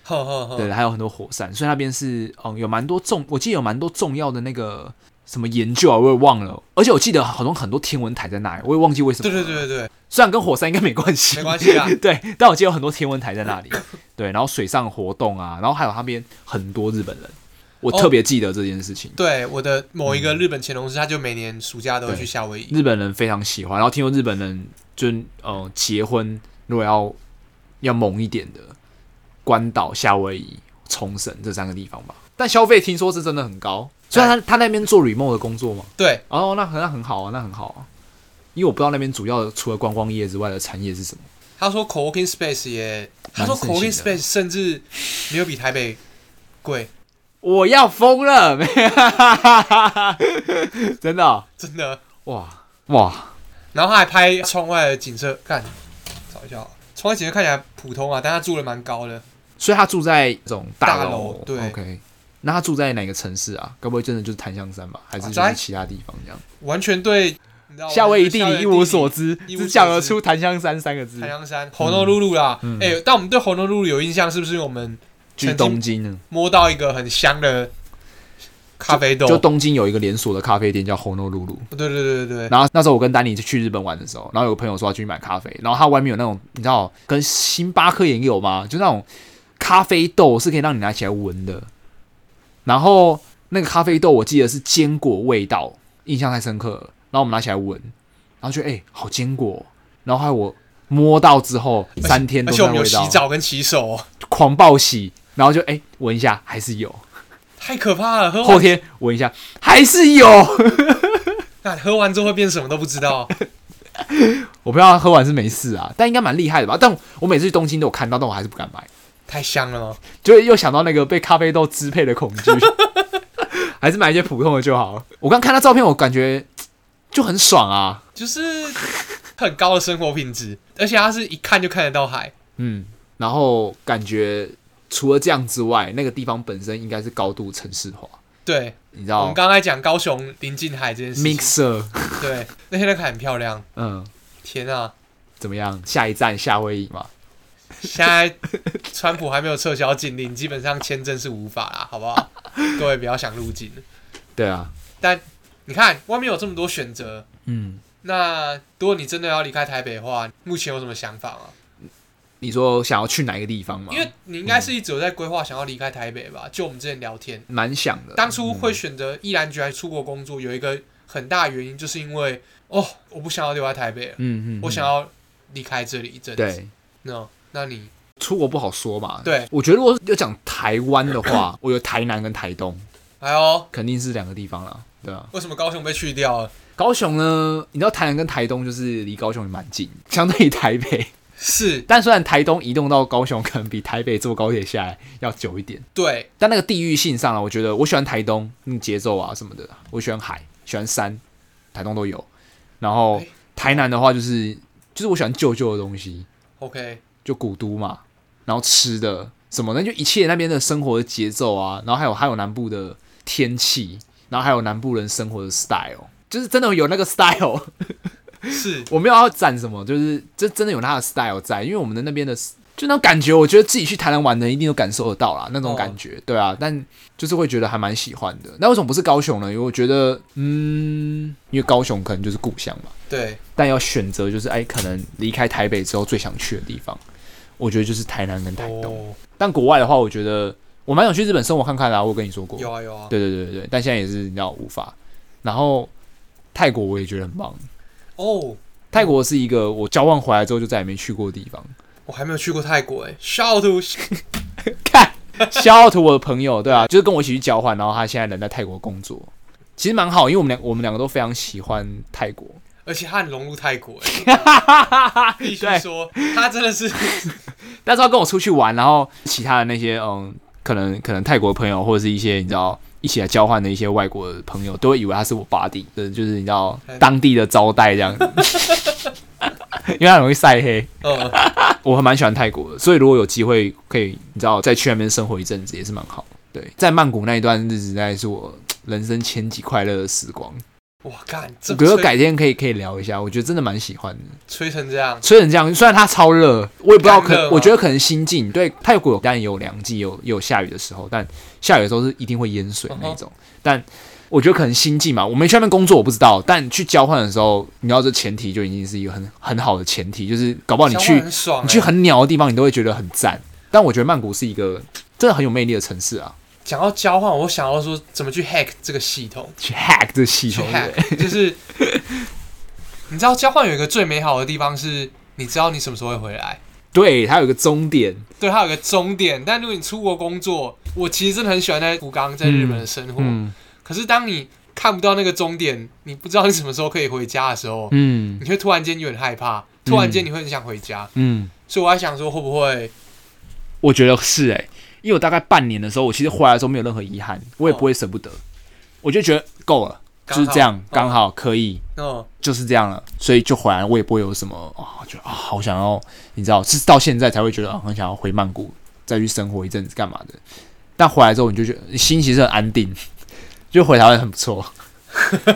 Speaker 2: 呵呵呵，
Speaker 1: 对，还有很多火山，所以那边是嗯有蛮多重，我记得有蛮多重要的那个什么研究啊，我也忘了，而且我记得好像很多天文台在那里，我也忘记为什么
Speaker 2: 对
Speaker 1: 了。
Speaker 2: 对对对对，
Speaker 1: 虽然跟火山应该没关系，
Speaker 2: 没关系啊
Speaker 1: 对，但我记得有很多天文台在那里，对，然后水上活动啊，然后还有那边很多日本人，我
Speaker 2: 哦
Speaker 1: 特别记得这件事情，
Speaker 2: 对，我的某一个日本前同事，他就每年暑假都会
Speaker 1: 对
Speaker 2: 去夏威夷。
Speaker 1: 日本人非常喜欢，然后听说日本人就呃结婚如果要要猛一点的，关岛、夏威夷、冲绳这三个地方吧，但消费听说是真的很高，虽然他他那边做 remote 的工作嘛，
Speaker 2: 对，
Speaker 1: 哦，那很那很好啊，那很好啊，因为我不知道那边主要的除了观光业之外的产业是什么。
Speaker 2: 他说 co-working space 也，他
Speaker 1: 蛮
Speaker 2: 说
Speaker 1: 盛行
Speaker 2: co-working
Speaker 1: 的
Speaker 2: space 甚至没有比台北贵，
Speaker 1: 我要疯了，没有， 真的哦、
Speaker 2: 真的。
Speaker 1: 哇哇，
Speaker 2: 然后他还拍窗外的景色，看，找一下好了，窗外景色看起来普通啊，但他住的蛮高的。
Speaker 1: 所以他住在这种
Speaker 2: 大
Speaker 1: 楼，
Speaker 2: 楼对
Speaker 1: ，OK，那他住在哪个城市啊？该不会真的就是檀香山吧，还是就
Speaker 2: 啊在
Speaker 1: 是其他地方这样？
Speaker 2: 完全对你知道
Speaker 1: 夏威夷地
Speaker 2: 夏威夷
Speaker 1: 理一无所知，
Speaker 2: 一无所
Speaker 1: 只讲得出檀香山三个字
Speaker 2: 太，阳山、红诺露露啦。哎、
Speaker 1: 嗯
Speaker 2: 但我们对红诺露露有印象，是不是因为我们
Speaker 1: 去
Speaker 2: 曾经
Speaker 1: 东京呢？
Speaker 2: 摸到一个很香的咖啡豆？
Speaker 1: 就东京有一个连锁的咖啡店叫 Honolulu，
Speaker 2: 对对对对对，
Speaker 1: 然后那时候我跟丹尼去日本玩的时候，然后有个朋友说要去买咖啡，然后他外面有那种你知道跟星巴克也有吗？就那种咖啡豆是可以让你拿起来闻的，然后那个咖啡豆我记得是坚果味道，印象太深刻了。然后我们拿起来闻，然后觉得哎、好坚果哦、然后还有我摸到之后三天都
Speaker 2: 而
Speaker 1: 是
Speaker 2: 且我
Speaker 1: 那个
Speaker 2: 们有
Speaker 1: 味
Speaker 2: 洗
Speaker 1: 道，
Speaker 2: 澡跟洗手、 哦，
Speaker 1: 狂暴洗，然后就哎闻、一下还是有，
Speaker 2: 太可怕了。喝
Speaker 1: 后
Speaker 2: 完
Speaker 1: 天闻一下还是有，
Speaker 2: 那喝完之后会变什么都不知道。
Speaker 1: 我不知道他喝完是没事啊，但应该蛮厉害的吧？但我每次去东京都有看到，但我还是不敢买。
Speaker 2: 太香了哦，
Speaker 1: 就又想到那个被咖啡豆支配的恐惧， 还是买一些普通的就好。我刚看他照片，我感觉就很爽啊。
Speaker 2: 就是很高的生活品质，而且它是一看就看得到海，
Speaker 1: 嗯，然后感觉除了这样之外，那个地方本身应该是高度城市化，
Speaker 2: 对，
Speaker 1: 你知
Speaker 2: 我
Speaker 1: 道
Speaker 2: 们刚才讲高雄临近海这件事情
Speaker 1: ，mixer，
Speaker 2: 对，那天那个海很漂亮。
Speaker 1: 嗯，
Speaker 2: 天啊，
Speaker 1: 怎么样？下一站夏威夷嘛，
Speaker 2: 现在川普还没有撤销禁令， 基本上签证是无法啦，好不好？ 各位不要想入境。
Speaker 1: 对啊，
Speaker 2: 你看外面有这么多选择，
Speaker 1: 嗯，
Speaker 2: 那如果你真的要离开台北的话，目前有什么想法吗？
Speaker 1: 你说想要去哪一个地方嘛？
Speaker 2: 因为你应该是一直有在规划想要离开台北
Speaker 1: 嗯
Speaker 2: 吧？就我们之前聊天，
Speaker 1: 蛮想的，
Speaker 2: 当初会选择毅然决然出国工作，有一个很大原因就是因为哦，我不想要留在台北了，
Speaker 1: 嗯，嗯嗯，
Speaker 2: 我想要离开这里一阵子。
Speaker 1: 对。
Speaker 2: 那那你
Speaker 1: 出国不好说嘛，
Speaker 2: 对，
Speaker 1: 我觉得如果要讲台湾的话， 我有台南跟台东，
Speaker 2: 哎呦，
Speaker 1: 肯定是两个地方啦，对啊。
Speaker 2: 为什么高雄被去掉了？
Speaker 1: 高雄呢，你知道台南跟台东就是离高雄也蛮近， 相对于台北。
Speaker 2: 是
Speaker 1: 但虽然台东移动到高雄可能比台北坐高铁下来要久一点，
Speaker 2: 对，
Speaker 1: 但那个地域性上啊，我觉得我喜欢台东，嗯，节奏啊什么的，我喜欢海，喜欢山，台东都有。然后
Speaker 2: 哎
Speaker 1: 台南的话，就是就是我喜欢旧旧的东西，
Speaker 2: OK，
Speaker 1: 就古都嘛，然后吃的什么呢？就一切那边的生活的节奏啊，然后还有还有南部的天气，然后还有南部人生活的 style，就是真的有那个 style。
Speaker 2: 是
Speaker 1: 我没有要赞什么，就是这真的有他的 style 在，因为我们的那边的就那种感觉，我觉得自己去台南玩的人一定有感受得到啦，那种感觉，对啊，但就是会觉得还蛮喜欢的。那为什么不是高雄呢？因为我觉得，嗯，因为高雄可能就是故乡嘛，
Speaker 2: 对，
Speaker 1: 但要选择就是哎，可能离开台北之后最想去的地方，我觉得就是台南跟台东。
Speaker 2: 哦，
Speaker 1: 但国外的话，我觉得我蛮想去日本生活看看啦、我有跟你说过，
Speaker 2: 有啊有啊，
Speaker 1: 对对对对对，但现在也是你知道无法。然后泰国我也觉得很棒。
Speaker 2: 哦，
Speaker 1: 泰国是一个我交换回来之后就再也没去过的地方。
Speaker 2: 我还没有去过泰国哎、欸，笑图
Speaker 1: 看，肖图我的朋友，对啊，就是跟我一起去交换，然后他现在人在泰国工作，其实蛮好，因为我们两我们两个都非常喜欢泰国。
Speaker 2: 而且他很融入泰国哎、欸，必 须
Speaker 1: 对
Speaker 2: 说他真的是
Speaker 1: 但是要跟我出去玩，然后其他的那些嗯，可能可能泰国朋友或者是一些你知道一起来交换的一些外国的朋友，都会以为他是我 buddy，就是就是你知道当地的招待这样子，因为他很容易晒黑。
Speaker 2: 呃，
Speaker 1: 我还蛮喜欢泰国的，所以如果有机会可以，你知道再去那边生活一阵子也是蛮好的。对，在曼谷那一段日子，实在是我人生千几快乐的时光。
Speaker 2: 哇，干，这
Speaker 1: 我觉得
Speaker 2: 吹
Speaker 1: 改天可以可以聊一下，我觉得真的蛮喜欢的。
Speaker 2: 吹成这样，
Speaker 1: 吹成这样，虽然它超热，我也不知道
Speaker 2: 干热
Speaker 1: 可，
Speaker 2: 吗
Speaker 1: 我觉得可能心境对泰国有当然有凉季，有有下雨的时候，但下雨的时候是一定会淹
Speaker 2: 嗯
Speaker 1: 水那种。但我觉得可能心境嘛，我没去那边工作，我不知道。但去交换的时候，你要这前提就已经是一个很很好的前提，就是搞不哦好你
Speaker 2: 交换
Speaker 1: 去
Speaker 2: 很爽、
Speaker 1: 你去
Speaker 2: 欸
Speaker 1: 很鸟的地方，你都会觉得很赞。但我觉得曼谷是一个真的很有魅力的城市啊，
Speaker 2: 讲到交换，我想要说怎么去 hack 这个系统，
Speaker 1: 去 hack 这系
Speaker 2: 去
Speaker 1: 统，对不对
Speaker 2: hack 就是，你知道交换有一个最美好的地方是，你知道你什么时候会回来，
Speaker 1: 对，它有一个终点，
Speaker 2: 对，它有个终点。但如果你出国工作，我其实真的很喜欢在福冈在日本的生活，
Speaker 1: 嗯
Speaker 2: 可是当你看不到那个终点，你不知道你什么时候可以回家的时候，
Speaker 1: 嗯
Speaker 2: 你会突然间有点害怕，突然间你会很想回家，
Speaker 1: 嗯。
Speaker 2: 所以我还想说会不会
Speaker 1: 我觉得是哎、因为我大概半年的时候，我其实回来的时候没有任何遗憾，我也不会舍不得，我就觉得够了，就
Speaker 2: 哦刚好
Speaker 1: 是这样，刚
Speaker 2: 嗯
Speaker 1: 好可以，
Speaker 2: 嗯
Speaker 1: 就是这样了，所以就回来，我也不会有什么啊、觉得啊好想要，你知道，是到现在才会觉得、啊、很想要回曼谷再去生活一阵子干嘛的，但回来之后你就觉得心其实很安定，就回台湾很不 错。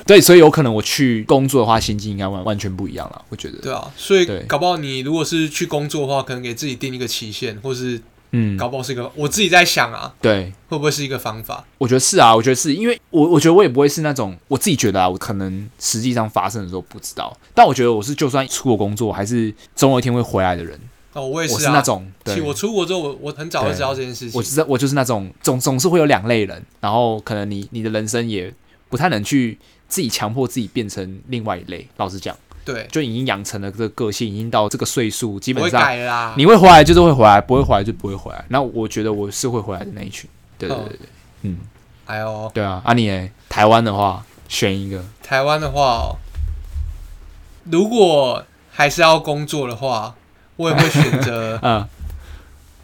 Speaker 1: 对，所以有可能我去工作的话，心境应该完完全不一样了。我觉得，
Speaker 2: 对啊，所以
Speaker 1: 对
Speaker 2: 搞不好你如果是去工作的话，可能给自己定一个期限，或是
Speaker 1: 嗯，
Speaker 2: 搞不好是一个，我自己在想啊，
Speaker 1: 对，
Speaker 2: 会不会是一个方法？
Speaker 1: 我觉得是啊，我觉得是因为我，我觉得我也不会是那种我自己觉得啊，我可能实际上发生的时候不知道，但我觉得我是就算出国工作，还是总有一天会回来的人。
Speaker 2: 哦，我也
Speaker 1: 我
Speaker 2: 是
Speaker 1: 是
Speaker 2: 啊，
Speaker 1: 那种，对
Speaker 2: 其实，我出国之后，我我很早就知道这件事
Speaker 1: 我
Speaker 2: 情
Speaker 1: 就。是我就是那种总总是会有两类人，然后可能你你的人生也不太能去自己强迫自己变成另外一类。老实讲，
Speaker 2: 对，
Speaker 1: 就已经养成了这个个性，已经到这个岁数，基
Speaker 2: 我会
Speaker 1: 本上
Speaker 2: 改啊啦。
Speaker 1: 你会回来就是会回来，不会回来就不会回来。那我觉得我是会回来的那一群。对对对对，嗯，
Speaker 2: 哎呦，
Speaker 1: 对啊，啊你耶台湾的话选一个。。
Speaker 2: 台湾的话、哦，如果还是要工作的话，我也会选择
Speaker 1: 嗯，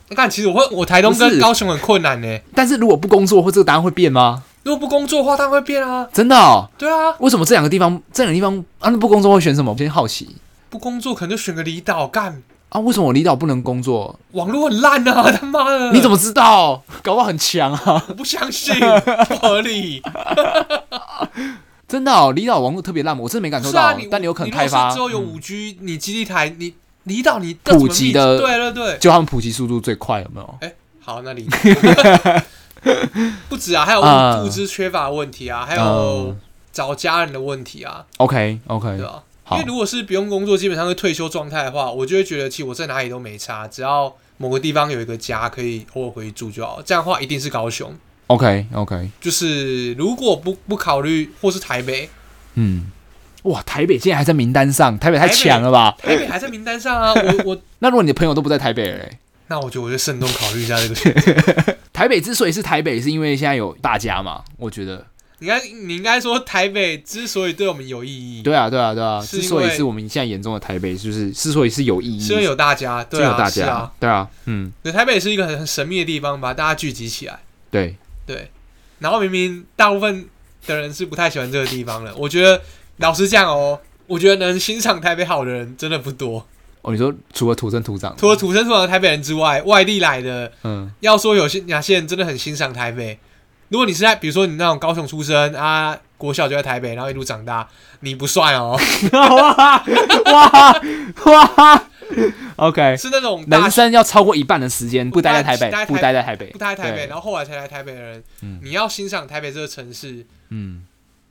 Speaker 2: 你看，其实我会，我台东
Speaker 1: 不
Speaker 2: 跟
Speaker 1: 是
Speaker 2: 高雄很困难呢、
Speaker 1: 但是如果不工作，或这个答案会变吗？
Speaker 2: 如果不工作的话，当然会变啊。
Speaker 1: 真的、哦？
Speaker 2: 对啊，
Speaker 1: 为什么这两个地方，这两个地方啊？那不工作会选什么？我先好奇
Speaker 2: 不工作可能就选个离岛干。
Speaker 1: 啊，为什么我离岛不能工作？
Speaker 2: 网络很烂啊，他妈的！
Speaker 1: 你怎么知道？搞不好很强啊！
Speaker 2: 我不相信？不合理。
Speaker 1: 真的、哦，离岛网络特别烂，我真的没感受
Speaker 2: 是
Speaker 1: 到。
Speaker 2: 啊，你
Speaker 1: 但有可能开发嗯
Speaker 2: 你若是之后有五 G，你基地台，你离岛你要
Speaker 1: 普
Speaker 2: 怎么
Speaker 1: 及
Speaker 2: 密
Speaker 1: 的
Speaker 2: 对对对。
Speaker 1: 就他们普及速度最快，有没有？
Speaker 2: 哎，好，那里 不止啊，还有
Speaker 1: 啊
Speaker 2: 物物资缺乏的问题啊，还有
Speaker 1: 嗯
Speaker 2: 找家人的问题啊，
Speaker 1: ，OK OK，
Speaker 2: 对啊吧？因
Speaker 1: 好
Speaker 2: 为，如果是不用工作，基本上是退休状态的话，我就会觉得其实我在哪里都没差，只要某个地方有一个家可以偶尔回去住就好。这样的话一定是高雄。
Speaker 1: OK OK，
Speaker 2: 就是如果不不考虑，或是台北，
Speaker 1: 嗯，哇，台北现在还在名单上，台北太
Speaker 2: 台北
Speaker 1: 强了吧？
Speaker 2: 台北还在名单上啊。我我
Speaker 1: 那如果你的朋友都不在台北嘞、
Speaker 2: 那我觉得我就慎重考虑一下这个选择。
Speaker 1: 台北之所以是台北，是因为现在有大家嘛？我觉得，
Speaker 2: 你应该你应该说台北之所以对我们有意义，
Speaker 1: 对啊，对啊，对啊。
Speaker 2: 是
Speaker 1: 之
Speaker 2: 因
Speaker 1: 所以
Speaker 2: 为
Speaker 1: 是我们现在眼中的台北，就是之所以是有意义，
Speaker 2: 是因为有大家，对
Speaker 1: 就
Speaker 2: 啊，
Speaker 1: 有大
Speaker 2: 是
Speaker 1: 家，
Speaker 2: 啊，
Speaker 1: 对啊，嗯，
Speaker 2: 对，台北是一个很很神秘的地方，把大家聚集起来，
Speaker 1: 对，
Speaker 2: 对。然后明明大部分的人是不太喜欢这个地方的， 我觉得老实讲哦，我觉得能欣赏台北好的人真的不多，
Speaker 1: 哦，你说除了土生土长，
Speaker 2: 除了土生土长的台北人之外，外地来的，
Speaker 1: 嗯，
Speaker 2: 要说有些哪些人真的很欣赏台北，如果你是在比如说你那种高雄出生啊，国小就在台北，然后一路长大，你不算哦，
Speaker 1: 哇哇哇，OK，
Speaker 2: 是那种大学
Speaker 1: 人生要超过一半的时间不待在台
Speaker 2: 不待
Speaker 1: 北，不待在台北
Speaker 2: 不，待台北，
Speaker 1: 对
Speaker 2: 然后后来才来台北的人，
Speaker 1: 嗯
Speaker 2: 你要欣赏台北这个城市，
Speaker 1: 嗯，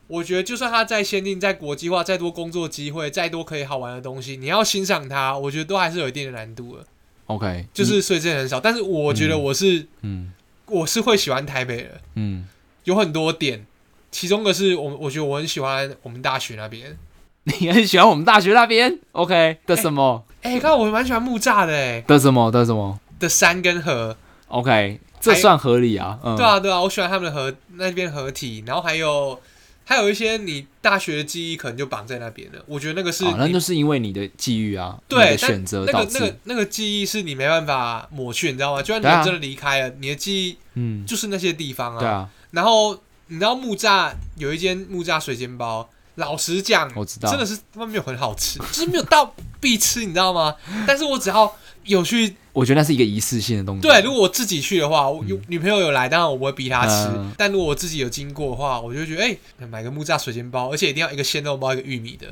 Speaker 2: 我觉得就算它再先进、再国际化、再多工作机会、再多可以好玩的东西，你要欣赏它，我觉得都还是有一定的难度的。
Speaker 1: ，OK，
Speaker 2: 就
Speaker 1: 你，
Speaker 2: 是所以真的很少，但是我觉得我是、
Speaker 1: 嗯
Speaker 2: 我是会喜欢台北的，
Speaker 1: 嗯，
Speaker 2: 有很多点，其中一个是我我觉得我很喜欢我们大学那边，
Speaker 1: 你很喜欢我们大学那边，OK 的什么
Speaker 2: 哎、刚刚我蛮喜欢木栅的、哎
Speaker 1: 的什么的什么
Speaker 2: 的山跟河，
Speaker 1: ，OK，这算合理啊，嗯，
Speaker 2: 对，啊对啊，我喜欢他们的河那边合体，然后还有。还有一些你大学的记忆可能就绑在那边了，我觉得那个是
Speaker 1: 哦好，那
Speaker 2: 你
Speaker 1: 就是因为你的际遇啊，你
Speaker 2: 对，
Speaker 1: 的选择
Speaker 2: 但
Speaker 1: 导
Speaker 2: 那个那
Speaker 1: 致
Speaker 2: 个，那个记忆是你没办法抹去，你知道吗？就算你
Speaker 1: 对啊
Speaker 2: 真的离开了，你的记忆
Speaker 1: 嗯，
Speaker 2: 就是那些地方啊。
Speaker 1: 对啊，
Speaker 2: 然后你知道木栅有一间木栅水煎包，老实讲，
Speaker 1: 我知道
Speaker 2: 真的是他妈没有很好吃，就是没有到必吃，你知道吗？但是我只要有去
Speaker 1: 我觉得那是一个仪式性的东西。
Speaker 2: 对，如果我自己去的话，我有女朋友有来，当然我不会逼她吃。
Speaker 1: 嗯
Speaker 2: 但如果我自己有经过的话，我就会觉得，哎、买个木栅水煎包，而且一定要一个鲜肉包，一个玉米的。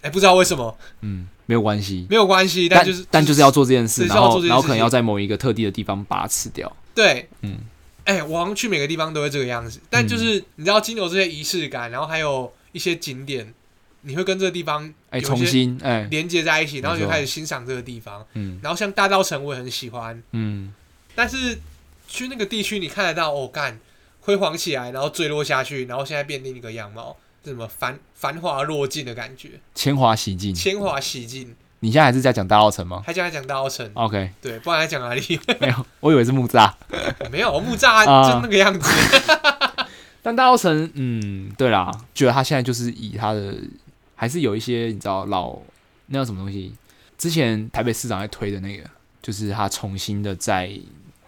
Speaker 2: 哎、不知道为什么，
Speaker 1: 嗯，没有关系。
Speaker 2: 没有关系，
Speaker 1: 但
Speaker 2: 就是
Speaker 1: 但就是要做这件事，
Speaker 2: 只是
Speaker 1: 然
Speaker 2: 要
Speaker 1: 后
Speaker 2: 做这件
Speaker 1: 然后可能
Speaker 2: 事情
Speaker 1: 要在某一个特定的地方把它吃掉。
Speaker 2: 对，
Speaker 1: 嗯，
Speaker 2: 哎、我好像去每个地方都会这个样子。但就是、你知道，经由这些仪式感，然后还有一些景点，你会跟这个地方
Speaker 1: 哎，
Speaker 2: 有
Speaker 1: 重
Speaker 2: 一些
Speaker 1: 新哎，
Speaker 2: 连接在一起，然后你
Speaker 1: 没
Speaker 2: 就
Speaker 1: 错
Speaker 2: 开始欣赏这个地方。
Speaker 1: 嗯
Speaker 2: 然后像大稻城，我也很喜欢，
Speaker 1: 嗯，
Speaker 2: 但是去那个地区，你看得到哦，干辉煌起来，然后坠落下去，然后现在变另一个样貌，这什么繁繁华落尽的感觉，
Speaker 1: 铅华洗净。
Speaker 2: 铅华洗尽。
Speaker 1: 你现在还是在讲大稻城吗
Speaker 2: 还讲还讲大稻城，
Speaker 1: ？OK，
Speaker 2: 对，不然还讲哪里？
Speaker 1: 没有，我以为是木栅。
Speaker 2: 没有木栅
Speaker 1: 啊
Speaker 2: 就那个样子。
Speaker 1: 但大稻城，嗯，对啦，觉得他现在就是以他的，还是有一些你知道老那叫什么东西？之前台北市长在推的那个，就是他重新的再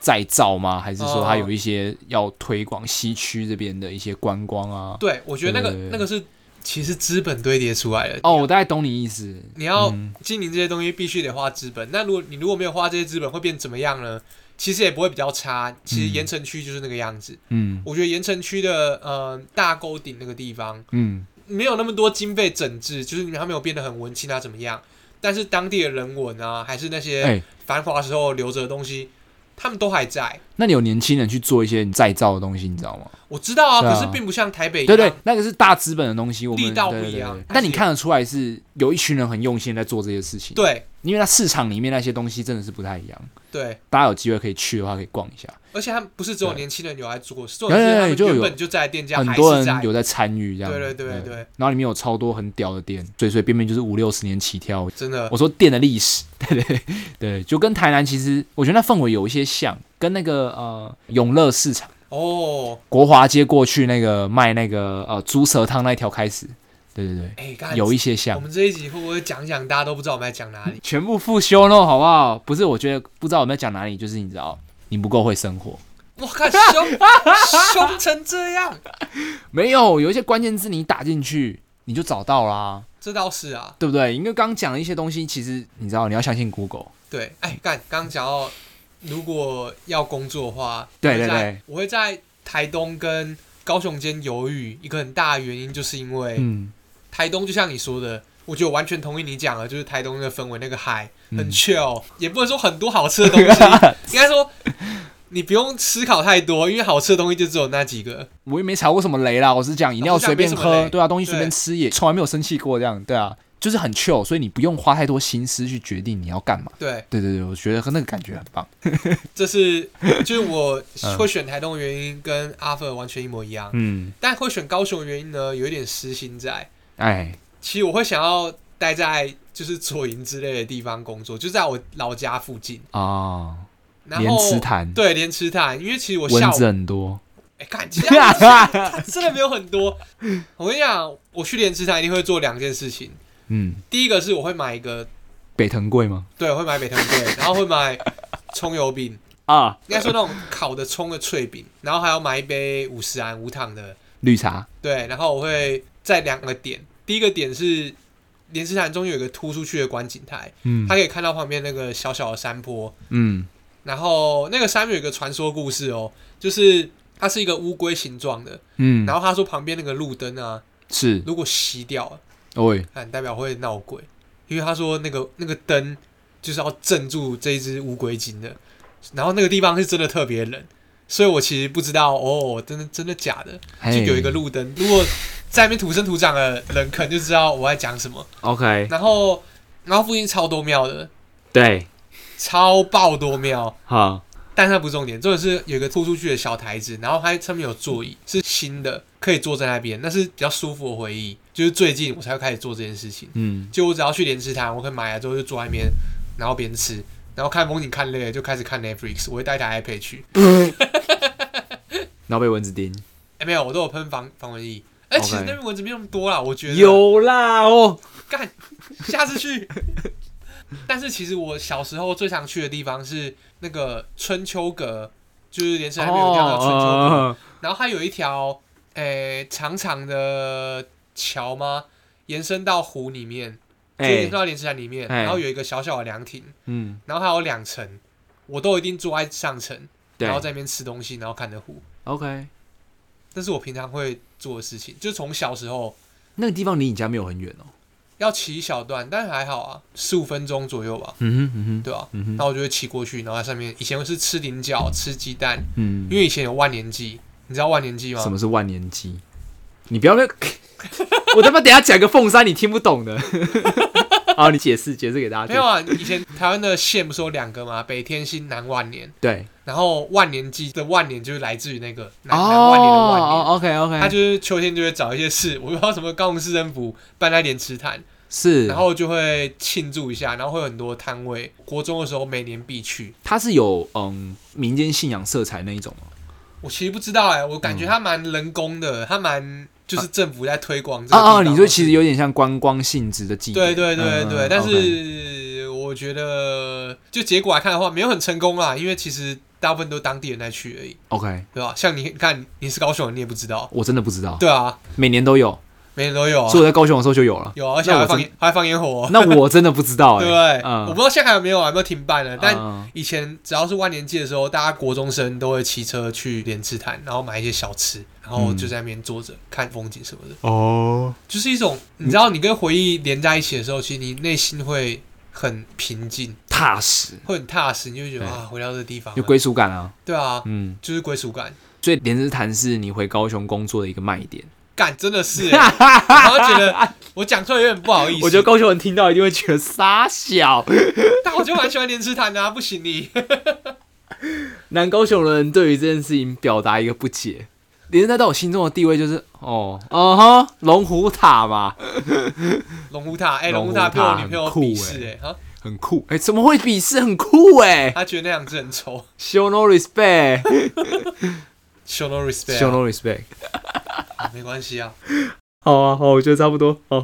Speaker 1: 再造吗？还是说他
Speaker 2: 哦
Speaker 1: 有一些要推广西区这边的一些观光啊？
Speaker 2: 对，我觉得那个
Speaker 1: 对对对
Speaker 2: 那个是其实资本堆叠出来的。
Speaker 1: 哦，我大概懂你意思。
Speaker 2: 你要
Speaker 1: 嗯
Speaker 2: 经营这些东西，必须得花资本。那如果你如果没有花这些资本，会变怎么样呢？其实也不会比较差。其实
Speaker 1: 嗯
Speaker 2: 盐城区就是那个样子。
Speaker 1: 嗯
Speaker 2: 我觉得盐城区的呃大沟顶那个地方，
Speaker 1: 嗯
Speaker 2: 没有那么多经费整治，就是它没有变得很文青啊怎么样？但是当地的人文啊，还是那些
Speaker 1: 哎
Speaker 2: 繁华时候留着的东西，他们都还在。
Speaker 1: 那你有年轻人去做一些你再造的东西，你知道吗？
Speaker 2: 我知道啊，
Speaker 1: 对啊
Speaker 2: 可是并不像台北一
Speaker 1: 对对
Speaker 2: 样，，
Speaker 1: 那个是大资本的东西，我们
Speaker 2: 力道
Speaker 1: 对对
Speaker 2: 不一样
Speaker 1: 对对
Speaker 2: 还是
Speaker 1: 但你看得出来是有一群人很用心地在做这些事情。，
Speaker 2: 对
Speaker 1: 因为它市场里面那些东西真的是不太一样。
Speaker 2: 对，
Speaker 1: 大家有机会可以去的话，可以逛一下，
Speaker 2: 而且他们不是只有
Speaker 1: 对
Speaker 2: 年轻人有来做，是
Speaker 1: 有有
Speaker 2: 他
Speaker 1: 有
Speaker 2: 们
Speaker 1: 就有
Speaker 2: 原本就在的店家
Speaker 1: 很
Speaker 2: 还
Speaker 1: 多
Speaker 2: 是
Speaker 1: 人
Speaker 2: 在。
Speaker 1: 有在参与这样。
Speaker 2: 对对对对，
Speaker 1: 然后里面有超多很屌的店，随随便便就是五六十年起跳。
Speaker 2: 真的
Speaker 1: 我说店的历史， 对对对对，就跟台南其实我觉得那氛围有一些像，跟那个呃永乐市场
Speaker 2: 哦，
Speaker 1: 国华街过去那个卖那个呃猪舌汤那一条开始，对对对，
Speaker 2: 哎，刚才
Speaker 1: 有一些
Speaker 2: 我
Speaker 1: 像。
Speaker 2: 们这一集会不会讲一讲，大家都不知道我们在讲 哪里？
Speaker 1: 全部复修喽，好不好？不是，我觉得不知道我们在讲哪里，就是你知道，你不够会生活。
Speaker 2: 我靠，凶凶成这样，
Speaker 1: 没有，有一些关键字你打进去，你就找到啦、
Speaker 2: 这倒是啊。
Speaker 1: 对不对？因为刚刚讲的一些东西，其实你知道，你要相信 Google。
Speaker 2: 对，哎，干，刚刚讲到，如果要工作的话，
Speaker 1: 对
Speaker 2: 我会
Speaker 1: 对
Speaker 2: 在
Speaker 1: 对，
Speaker 2: 我会在台东跟高雄间犹豫，一个很大的原因就是因为
Speaker 1: 嗯，
Speaker 2: 台东就像你说的，我觉得我完全同意你讲的，就是台东那个氛围，那个海
Speaker 1: 嗯
Speaker 2: 很 chill，也不能说很多好吃的东西， 应该说你不用思考太多，因为好吃的东西就只有那几个。
Speaker 1: 我也没踩过什么雷啦，我是讲饮料随便
Speaker 2: 好像没什么
Speaker 1: 喝，
Speaker 2: 雷
Speaker 1: 对啊，东西随便吃也从来没有生气过，这样对啊，就是很 chill，所以你不用花太多心思去决定你要干嘛。
Speaker 2: 对，
Speaker 1: 对对对，我觉得那个感觉很棒。
Speaker 2: 这是就是我
Speaker 1: 嗯
Speaker 2: 会选台东的原因跟阿芬完全一模一样，
Speaker 1: 嗯，
Speaker 2: 但会选高雄的原因呢，有一点私心在。
Speaker 1: 哎，
Speaker 2: 其实我会想要待在就是左营之类的地方工作，就在我老家附近。
Speaker 1: 哦，
Speaker 2: 然
Speaker 1: 莲
Speaker 2: 后
Speaker 1: 池潭
Speaker 2: 对莲池潭，因为其实我下
Speaker 1: 蚊
Speaker 2: 午
Speaker 1: 子很 多。
Speaker 2: 哎，看其他它真的没有很 多。我跟你讲，我去莲池潭一定会做两件事情。
Speaker 1: 嗯，
Speaker 2: 第一个是我会买一个，
Speaker 1: 北藤贵吗？
Speaker 2: 对，我会买北藤 贵，然后会买葱油饼，
Speaker 1: 啊，
Speaker 2: 应该说那种烤的葱的脆饼，然后还要买一杯五十安无糖的。
Speaker 1: 绿茶。
Speaker 2: 对，然后我会在两个点，第一个点是莲池潭中间有一个突出去的观景台，
Speaker 1: 嗯
Speaker 2: 它可以看到旁边那个小小的山坡，
Speaker 1: 嗯，
Speaker 2: 然后那个山有一个传说故事哦，就是它是一个乌龟形状的，
Speaker 1: 嗯
Speaker 2: 然，后他说旁边那个路灯啊，
Speaker 1: 是，
Speaker 2: 如果熄掉了，
Speaker 1: 喂，
Speaker 2: 很代表会闹鬼，因为他说那个那个灯就是要镇住这一只乌龟精的，然后那个地方是真的特别冷。所以我其实不知道哦，真的真的假的？就
Speaker 1: 嘿
Speaker 2: 有一个路灯。如果在那边土生土长的人，可能就知道我在讲什么。
Speaker 1: ，OK，
Speaker 2: 然后，然后附近超多庙的，
Speaker 1: 对，
Speaker 2: 超爆多庙，
Speaker 1: 好，
Speaker 2: 但它不是重点，重点是有一个突出去的小台子，然后它上面有座椅，是新的，可以坐在那边，那是比较舒服的回忆。就是最近我才会开始做这件事情，
Speaker 1: 嗯，
Speaker 2: 就我只要去莲池潭，我可以买了之后就坐在那边，然后边吃，然后看风景看累了就开始看 Netflix，我会带一台 iPad 去。
Speaker 1: 然后被蚊子叮。
Speaker 2: 哎、没有，我都有喷防防蚊液。哎、其实
Speaker 1: OK
Speaker 2: 那边蚊子没那么多啦，我觉得
Speaker 1: 有啦哦，
Speaker 2: 干， 下次去。但是其实我小时候最常去的地方是那个春秋阁，就是连城还没有一条叫春秋阁，
Speaker 1: 哦，
Speaker 2: 然后它有一条诶、长长的桥吗？延伸到湖里面，就一直
Speaker 1: 哎、
Speaker 2: 到莲池潭里面，
Speaker 1: 哎
Speaker 2: 然后有一个小小的凉亭，
Speaker 1: 嗯，
Speaker 2: 然后还有两层，我都一定住在上层，
Speaker 1: 对
Speaker 2: 然后在那边吃东西，然后看着湖，
Speaker 1: ，OK，
Speaker 2: 这是我平常会做的事情，就从小时候
Speaker 1: 那个地方离你家没有很远哦。
Speaker 2: 要骑一小段，但还好啊，十五分钟左右吧，
Speaker 1: 嗯哼，嗯哼，
Speaker 2: 对啊，
Speaker 1: 嗯
Speaker 2: 然
Speaker 1: 哼，
Speaker 2: 后我就会骑过去，然后在上面以前是吃菱角、吃鸡蛋，
Speaker 1: 嗯，
Speaker 2: 因为以前有万年鸡，你知道万年鸡吗
Speaker 1: 什？么是万年鸡？你不要 那，我他妈等一下讲个凤山你听不懂 的。好，你解释解释给大家
Speaker 2: 没
Speaker 1: 听
Speaker 2: 有。啊，以前台湾的县不是有两个吗？北天星、南万年，
Speaker 1: 对，
Speaker 2: 然后万年鸡的万年就是来自于那个南、南万年的万
Speaker 1: 哦
Speaker 2: 年。
Speaker 1: ，OK
Speaker 2: 他
Speaker 1: OK，
Speaker 2: 就是秋天就会找一些事，我不知道什么高雄市政府办在莲池潭，
Speaker 1: 是，
Speaker 2: 然后就会庆祝一下，然后会有很多摊位。国中的时候每年必去，
Speaker 1: 它是有嗯民间信仰色彩那一种吗？
Speaker 2: 我其实不知道哎、我
Speaker 1: 嗯
Speaker 2: 感觉它蛮人工的，它蛮就是政府在推广这个地
Speaker 1: 哦哦，
Speaker 2: 方。
Speaker 1: 啊你说其实有点像观光性质的祭典。
Speaker 2: 对对对
Speaker 1: 嗯
Speaker 2: 对，但
Speaker 1: OK
Speaker 2: 是我觉得就结果来看的话，没有很成功啦，因为其实大部分都当地人在去而已，
Speaker 1: OK，
Speaker 2: 对吧？像你看，你是高雄人，你也不知道，
Speaker 1: 我真的不知道，
Speaker 2: 对啊，
Speaker 1: 每年都有，
Speaker 2: 每年都有啊
Speaker 1: 所以，我在高雄的时候就有了。
Speaker 2: 有啊，而且
Speaker 1: 那我
Speaker 2: 还放
Speaker 1: 真
Speaker 2: 烟还放烟火哦，
Speaker 1: 那我真的不知道
Speaker 2: 对不
Speaker 1: 哎，
Speaker 2: 对？
Speaker 1: 嗯
Speaker 2: 我不知道现在还有没有啊，有没有停办了，但。
Speaker 1: 嗯
Speaker 2: 以前只要是万年祭的时候，大家国中生都会骑车去莲池潭，然后买一些小吃，然后
Speaker 1: 嗯
Speaker 2: 就在那边坐着看风景什么的，
Speaker 1: 哦，
Speaker 2: 就是一种你知道，你跟回忆连在一起的时候，其实你内心会很平静，
Speaker 1: 踏实
Speaker 2: 会很踏实，你就会觉得
Speaker 1: 对
Speaker 2: 啊，回到这个地方了，
Speaker 1: 有归属感啊，
Speaker 2: 对啊，
Speaker 1: 嗯，
Speaker 2: 就是归属感。
Speaker 1: 所以莲之潭是你回高雄工作的一个卖点。
Speaker 2: 干真的 是、欸，然后觉得我讲出来有点不好意思。
Speaker 1: 我觉得，高雄人听到一定会觉得傻小，
Speaker 2: 但我就蛮喜欢莲池潭的、啊，不行你。
Speaker 1: 南高雄人对于这件事情表达一个不解。莲之潭在我心中的地位就是哦，嗯哼，龙虎塔嘛，
Speaker 2: 龙湖塔，哎、
Speaker 1: 龙
Speaker 2: 龙
Speaker 1: 湖
Speaker 2: 湖塔被我
Speaker 1: 塔
Speaker 2: 女朋友
Speaker 1: 很酷
Speaker 2: 鄙视、
Speaker 1: 欸
Speaker 2: 哎、啊，
Speaker 1: 很酷，哎、怎么会鄙视？很酷哎、
Speaker 2: 她觉得那样子很丑
Speaker 1: Show no respect，show
Speaker 2: ，show no respect，、啊
Speaker 1: no respect。
Speaker 2: 啊没关系啊，
Speaker 1: 好啊，好，我觉得差不多，好，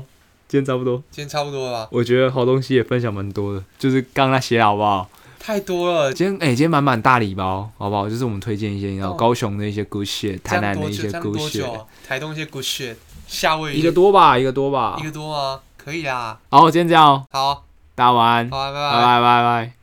Speaker 1: 今天差不多，
Speaker 2: 今天差不多了吧，
Speaker 1: 我觉得好东西也分享蛮多的，就是刚刚那些好不好？
Speaker 2: 太多了，
Speaker 1: 今天哎、今天满满大礼包，好不好？就是我们推荐一些，你知道
Speaker 2: 哦
Speaker 1: 高雄的一些 good shit，
Speaker 2: 这
Speaker 1: 台
Speaker 2: 样
Speaker 1: 南的
Speaker 2: 多
Speaker 1: 一
Speaker 2: 久？
Speaker 1: 些
Speaker 2: 这样
Speaker 1: good
Speaker 2: 多久
Speaker 1: shit，
Speaker 2: 啊？台东一些 good shit，夏威夷
Speaker 1: 一个多吧，一个多吧
Speaker 2: 一。个多啊，可以啦，
Speaker 1: 好，今天这样哦，
Speaker 2: 好，
Speaker 1: 大家晚安，拜
Speaker 2: 好啊，拜
Speaker 1: 拜拜拜。